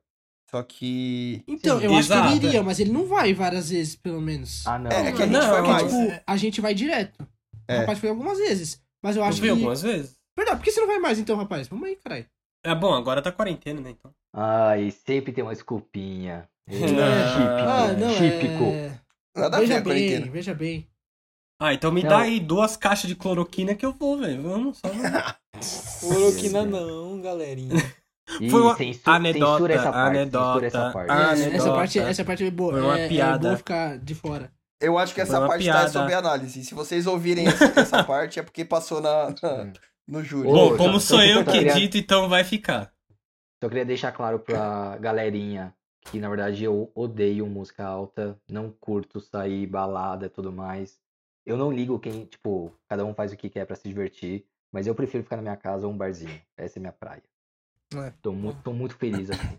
Speaker 1: Só que.
Speaker 5: então,
Speaker 2: Sim.
Speaker 5: eu acho que
Speaker 4: Exato,
Speaker 5: ele iria, mas ele não vai várias vezes, pelo menos.
Speaker 2: Ah, não.
Speaker 1: É, é que a gente
Speaker 4: Não,
Speaker 1: vai
Speaker 4: eu
Speaker 5: porque,
Speaker 1: mais.
Speaker 5: tipo, a gente vai direto.
Speaker 1: É.
Speaker 5: O rapaz foi algumas vezes. Mas eu
Speaker 4: Eu
Speaker 5: acho
Speaker 4: vi
Speaker 5: que.
Speaker 4: algumas vezes.
Speaker 5: Verdade, por que você não vai mais então, rapaz? Vamos aí, caralho.
Speaker 4: É bom, agora tá quarentena, né, então.
Speaker 2: Ai, sempre tem uma desculpinha. É,
Speaker 4: Ah,
Speaker 5: Ah,
Speaker 2: típico,
Speaker 5: não,
Speaker 2: típico.
Speaker 5: é...
Speaker 1: Nada a ver
Speaker 5: Veja
Speaker 1: a quarentena.
Speaker 5: bem, veja bem.
Speaker 4: Ah, então me
Speaker 2: Não.
Speaker 4: dá aí duas caixas de cloroquina que eu vou, velho. Vamos só.
Speaker 3: Cloroquina não, galerinha.
Speaker 2: E
Speaker 4: Foi uma
Speaker 2: censu-
Speaker 4: anedota,
Speaker 2: censura essa parte,
Speaker 4: anedota,
Speaker 2: censura essa parte.
Speaker 4: Ah,
Speaker 5: É,
Speaker 4: anedota.
Speaker 5: essa, parte, essa parte é boa.
Speaker 4: Foi uma
Speaker 5: é,
Speaker 4: piada.
Speaker 5: é boa ficar de fora.
Speaker 1: Eu acho que
Speaker 4: Foi
Speaker 1: essa
Speaker 4: uma
Speaker 1: parte
Speaker 4: piada.
Speaker 1: tá sob análise. Se vocês ouvirem essa, essa parte, é porque passou na, na-
Speaker 2: Hum.
Speaker 1: no júri.
Speaker 2: Ô,
Speaker 4: Bom, como
Speaker 2: tá-
Speaker 4: sou
Speaker 2: tá-
Speaker 4: eu
Speaker 2: tá
Speaker 4: que
Speaker 2: ligado?
Speaker 4: edito, então vai ficar.
Speaker 2: Só queria deixar claro pra galerinha que, na verdade, eu odeio música alta, não curto sair, balada e tudo mais. Eu não ligo quem, tipo, cada um faz o que quer pra se divertir, mas eu prefiro ficar na minha casa ou um barzinho. Essa é minha praia.
Speaker 5: É.
Speaker 2: Tô, mu tô muito feliz assim.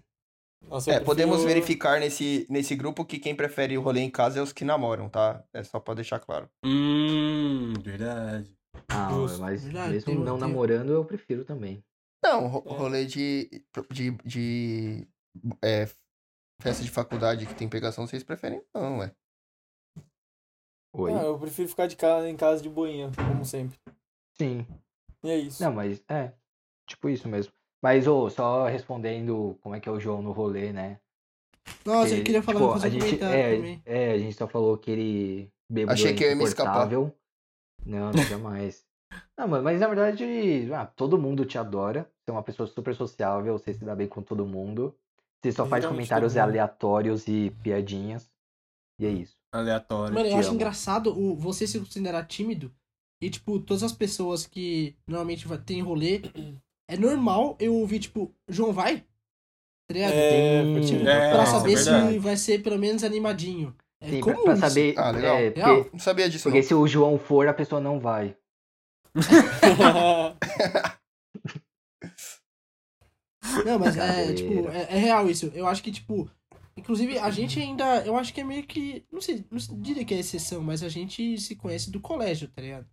Speaker 3: Nossa, eu
Speaker 1: É, podemos
Speaker 3: prefiro-
Speaker 1: verificar nesse, nesse grupo que quem prefere o rolê em casa é os que namoram, tá? É só pra deixar claro.
Speaker 4: Hum, verdade.
Speaker 2: Ah,
Speaker 3: Justo,
Speaker 2: mas
Speaker 5: verdade,
Speaker 2: mesmo
Speaker 5: tem-
Speaker 2: não
Speaker 5: tem-
Speaker 2: namorando, eu prefiro também.
Speaker 1: Não, ro-
Speaker 3: É.
Speaker 1: rolê de. de. de é, festa de faculdade que tem pegação, vocês preferem? Não, ué.
Speaker 2: Oi?
Speaker 3: Ah, eu prefiro ficar de casa, em casa de boinha, como sempre.
Speaker 2: Sim.
Speaker 3: E é isso.
Speaker 2: Não, mas é, tipo isso mesmo. Mas, ô, só respondendo como é que é o João no rolê, né?
Speaker 5: Nossa,
Speaker 2: Porque,
Speaker 5: eu queria falar,
Speaker 2: tipo,
Speaker 5: fazer
Speaker 2: a
Speaker 5: um
Speaker 2: gente,
Speaker 5: comentário
Speaker 2: é,
Speaker 5: também.
Speaker 2: É, a gente só falou que ele bebeu é
Speaker 1: Achei que eu ia me escapar.
Speaker 2: Não, não, jamais. Não, mas, mas na verdade, ah, todo mundo te adora. Você é uma pessoa super sociável, você se dá bem com todo mundo. Você só faz
Speaker 3: Literalmente todo
Speaker 5: Então, tipo,
Speaker 2: comentários
Speaker 5: né.
Speaker 3: mundo.
Speaker 2: aleatórios e piadinhas. E é isso.
Speaker 4: Aleatório.
Speaker 5: Mano, eu
Speaker 2: te
Speaker 5: acho
Speaker 2: amo.
Speaker 5: engraçado o, você se considerar tímido e, tipo, todas as pessoas que normalmente vai- tem rolê, é normal eu ouvir, tipo, João vai? Tá ligado?
Speaker 3: É,
Speaker 2: Hum,
Speaker 3: tipo,
Speaker 4: é,
Speaker 5: pra
Speaker 4: isso é
Speaker 5: saber
Speaker 4: verdade.
Speaker 5: se vai ser pelo menos animadinho. É
Speaker 2: Sim, pra,
Speaker 5: comum
Speaker 2: pra
Speaker 5: isso.
Speaker 2: saber.
Speaker 1: Ah, legal.
Speaker 2: é, porque-
Speaker 5: Real.
Speaker 1: Não sabia disso,
Speaker 2: porque se o João for, a pessoa não vai.
Speaker 4: É.
Speaker 5: Não, mas é,
Speaker 2: Brincadeira.
Speaker 5: tipo, é, é real isso. Eu acho que, tipo, inclusive a gente ainda, eu acho que é meio que, não sei, não diria que é exceção, mas a gente se conhece do colégio, tá ligado?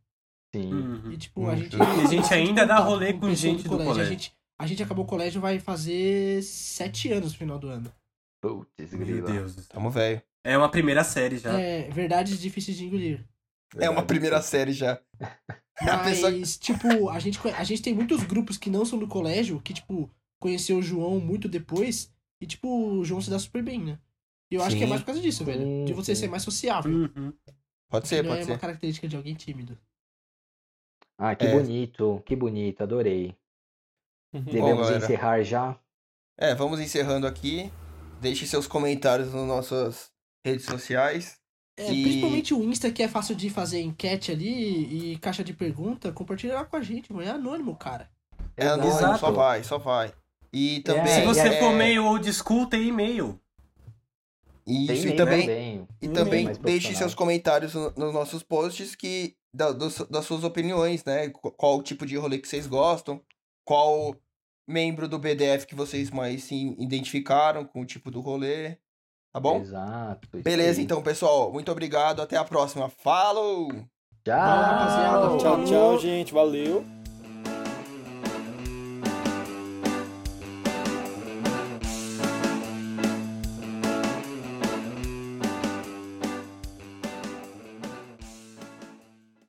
Speaker 2: Sim.
Speaker 4: Uhum.
Speaker 5: E, tipo, a
Speaker 1: Hum,
Speaker 5: gente...
Speaker 1: e
Speaker 4: a gente ainda dá
Speaker 5: contato
Speaker 4: rolê com
Speaker 5: pessoas
Speaker 4: gente do
Speaker 5: A
Speaker 4: colégio.
Speaker 5: gente, a gente acabou o colégio vai fazer sete anos no final do ano.
Speaker 2: Putz,
Speaker 4: Meu
Speaker 2: grila.
Speaker 4: Deus. do céu.
Speaker 1: Tamo velho.
Speaker 4: É uma primeira série já.
Speaker 5: É, verdades difíceis de engolir.
Speaker 1: É uma
Speaker 2: Verdade.
Speaker 1: primeira série já. A
Speaker 5: Mas,
Speaker 4: é
Speaker 1: pessoa-
Speaker 5: tipo, a gente, conhe- a gente tem muitos grupos que não são do colégio, que, tipo, conheceu o João muito depois, e, tipo, o João se dá super bem, né? E eu acho que é
Speaker 1: Sim.
Speaker 5: mais por causa disso, velho. De você
Speaker 2: sim.
Speaker 5: ser mais sociável.
Speaker 4: Uhum.
Speaker 1: Pode ser,
Speaker 5: não é
Speaker 1: pode
Speaker 5: uma
Speaker 1: ser.
Speaker 5: característica de alguém tímido.
Speaker 2: Ah, que
Speaker 1: É.
Speaker 2: bonito, que bonito, adorei. Devemos
Speaker 1: galera.
Speaker 2: encerrar já?
Speaker 1: É, vamos encerrando aqui. Deixe seus comentários nas nossas redes sociais.
Speaker 5: É,
Speaker 1: E-
Speaker 5: principalmente o Insta, que é fácil de fazer enquete ali e caixa de pergunta, compartilha lá com a gente, mano. É anônimo, cara.
Speaker 1: É anônimo,
Speaker 2: Exato.
Speaker 1: só vai, só vai. E também.
Speaker 4: Se você
Speaker 1: é,
Speaker 4: for meio old school, tem e-mail.
Speaker 2: Tem
Speaker 1: Isso, e
Speaker 2: e-mail
Speaker 1: também.
Speaker 2: também.
Speaker 1: E
Speaker 3: Hum,
Speaker 1: também
Speaker 2: mais
Speaker 1: deixe
Speaker 2: profissional.
Speaker 1: seus comentários no- nos nossos posts que da- dos- das suas opiniões, né? Qu- Qual tipo de rolê que vocês gostam, qual membro do BDF que vocês mais se identificaram com o tipo do rolê, tá bom?
Speaker 2: Exato. isso
Speaker 1: Beleza,
Speaker 2: aí.
Speaker 1: então, pessoal. Muito obrigado. Até a próxima. Falou!
Speaker 2: Tchau,
Speaker 5: Fala, rapaziada.
Speaker 3: Tchau, tchau, gente. Valeu.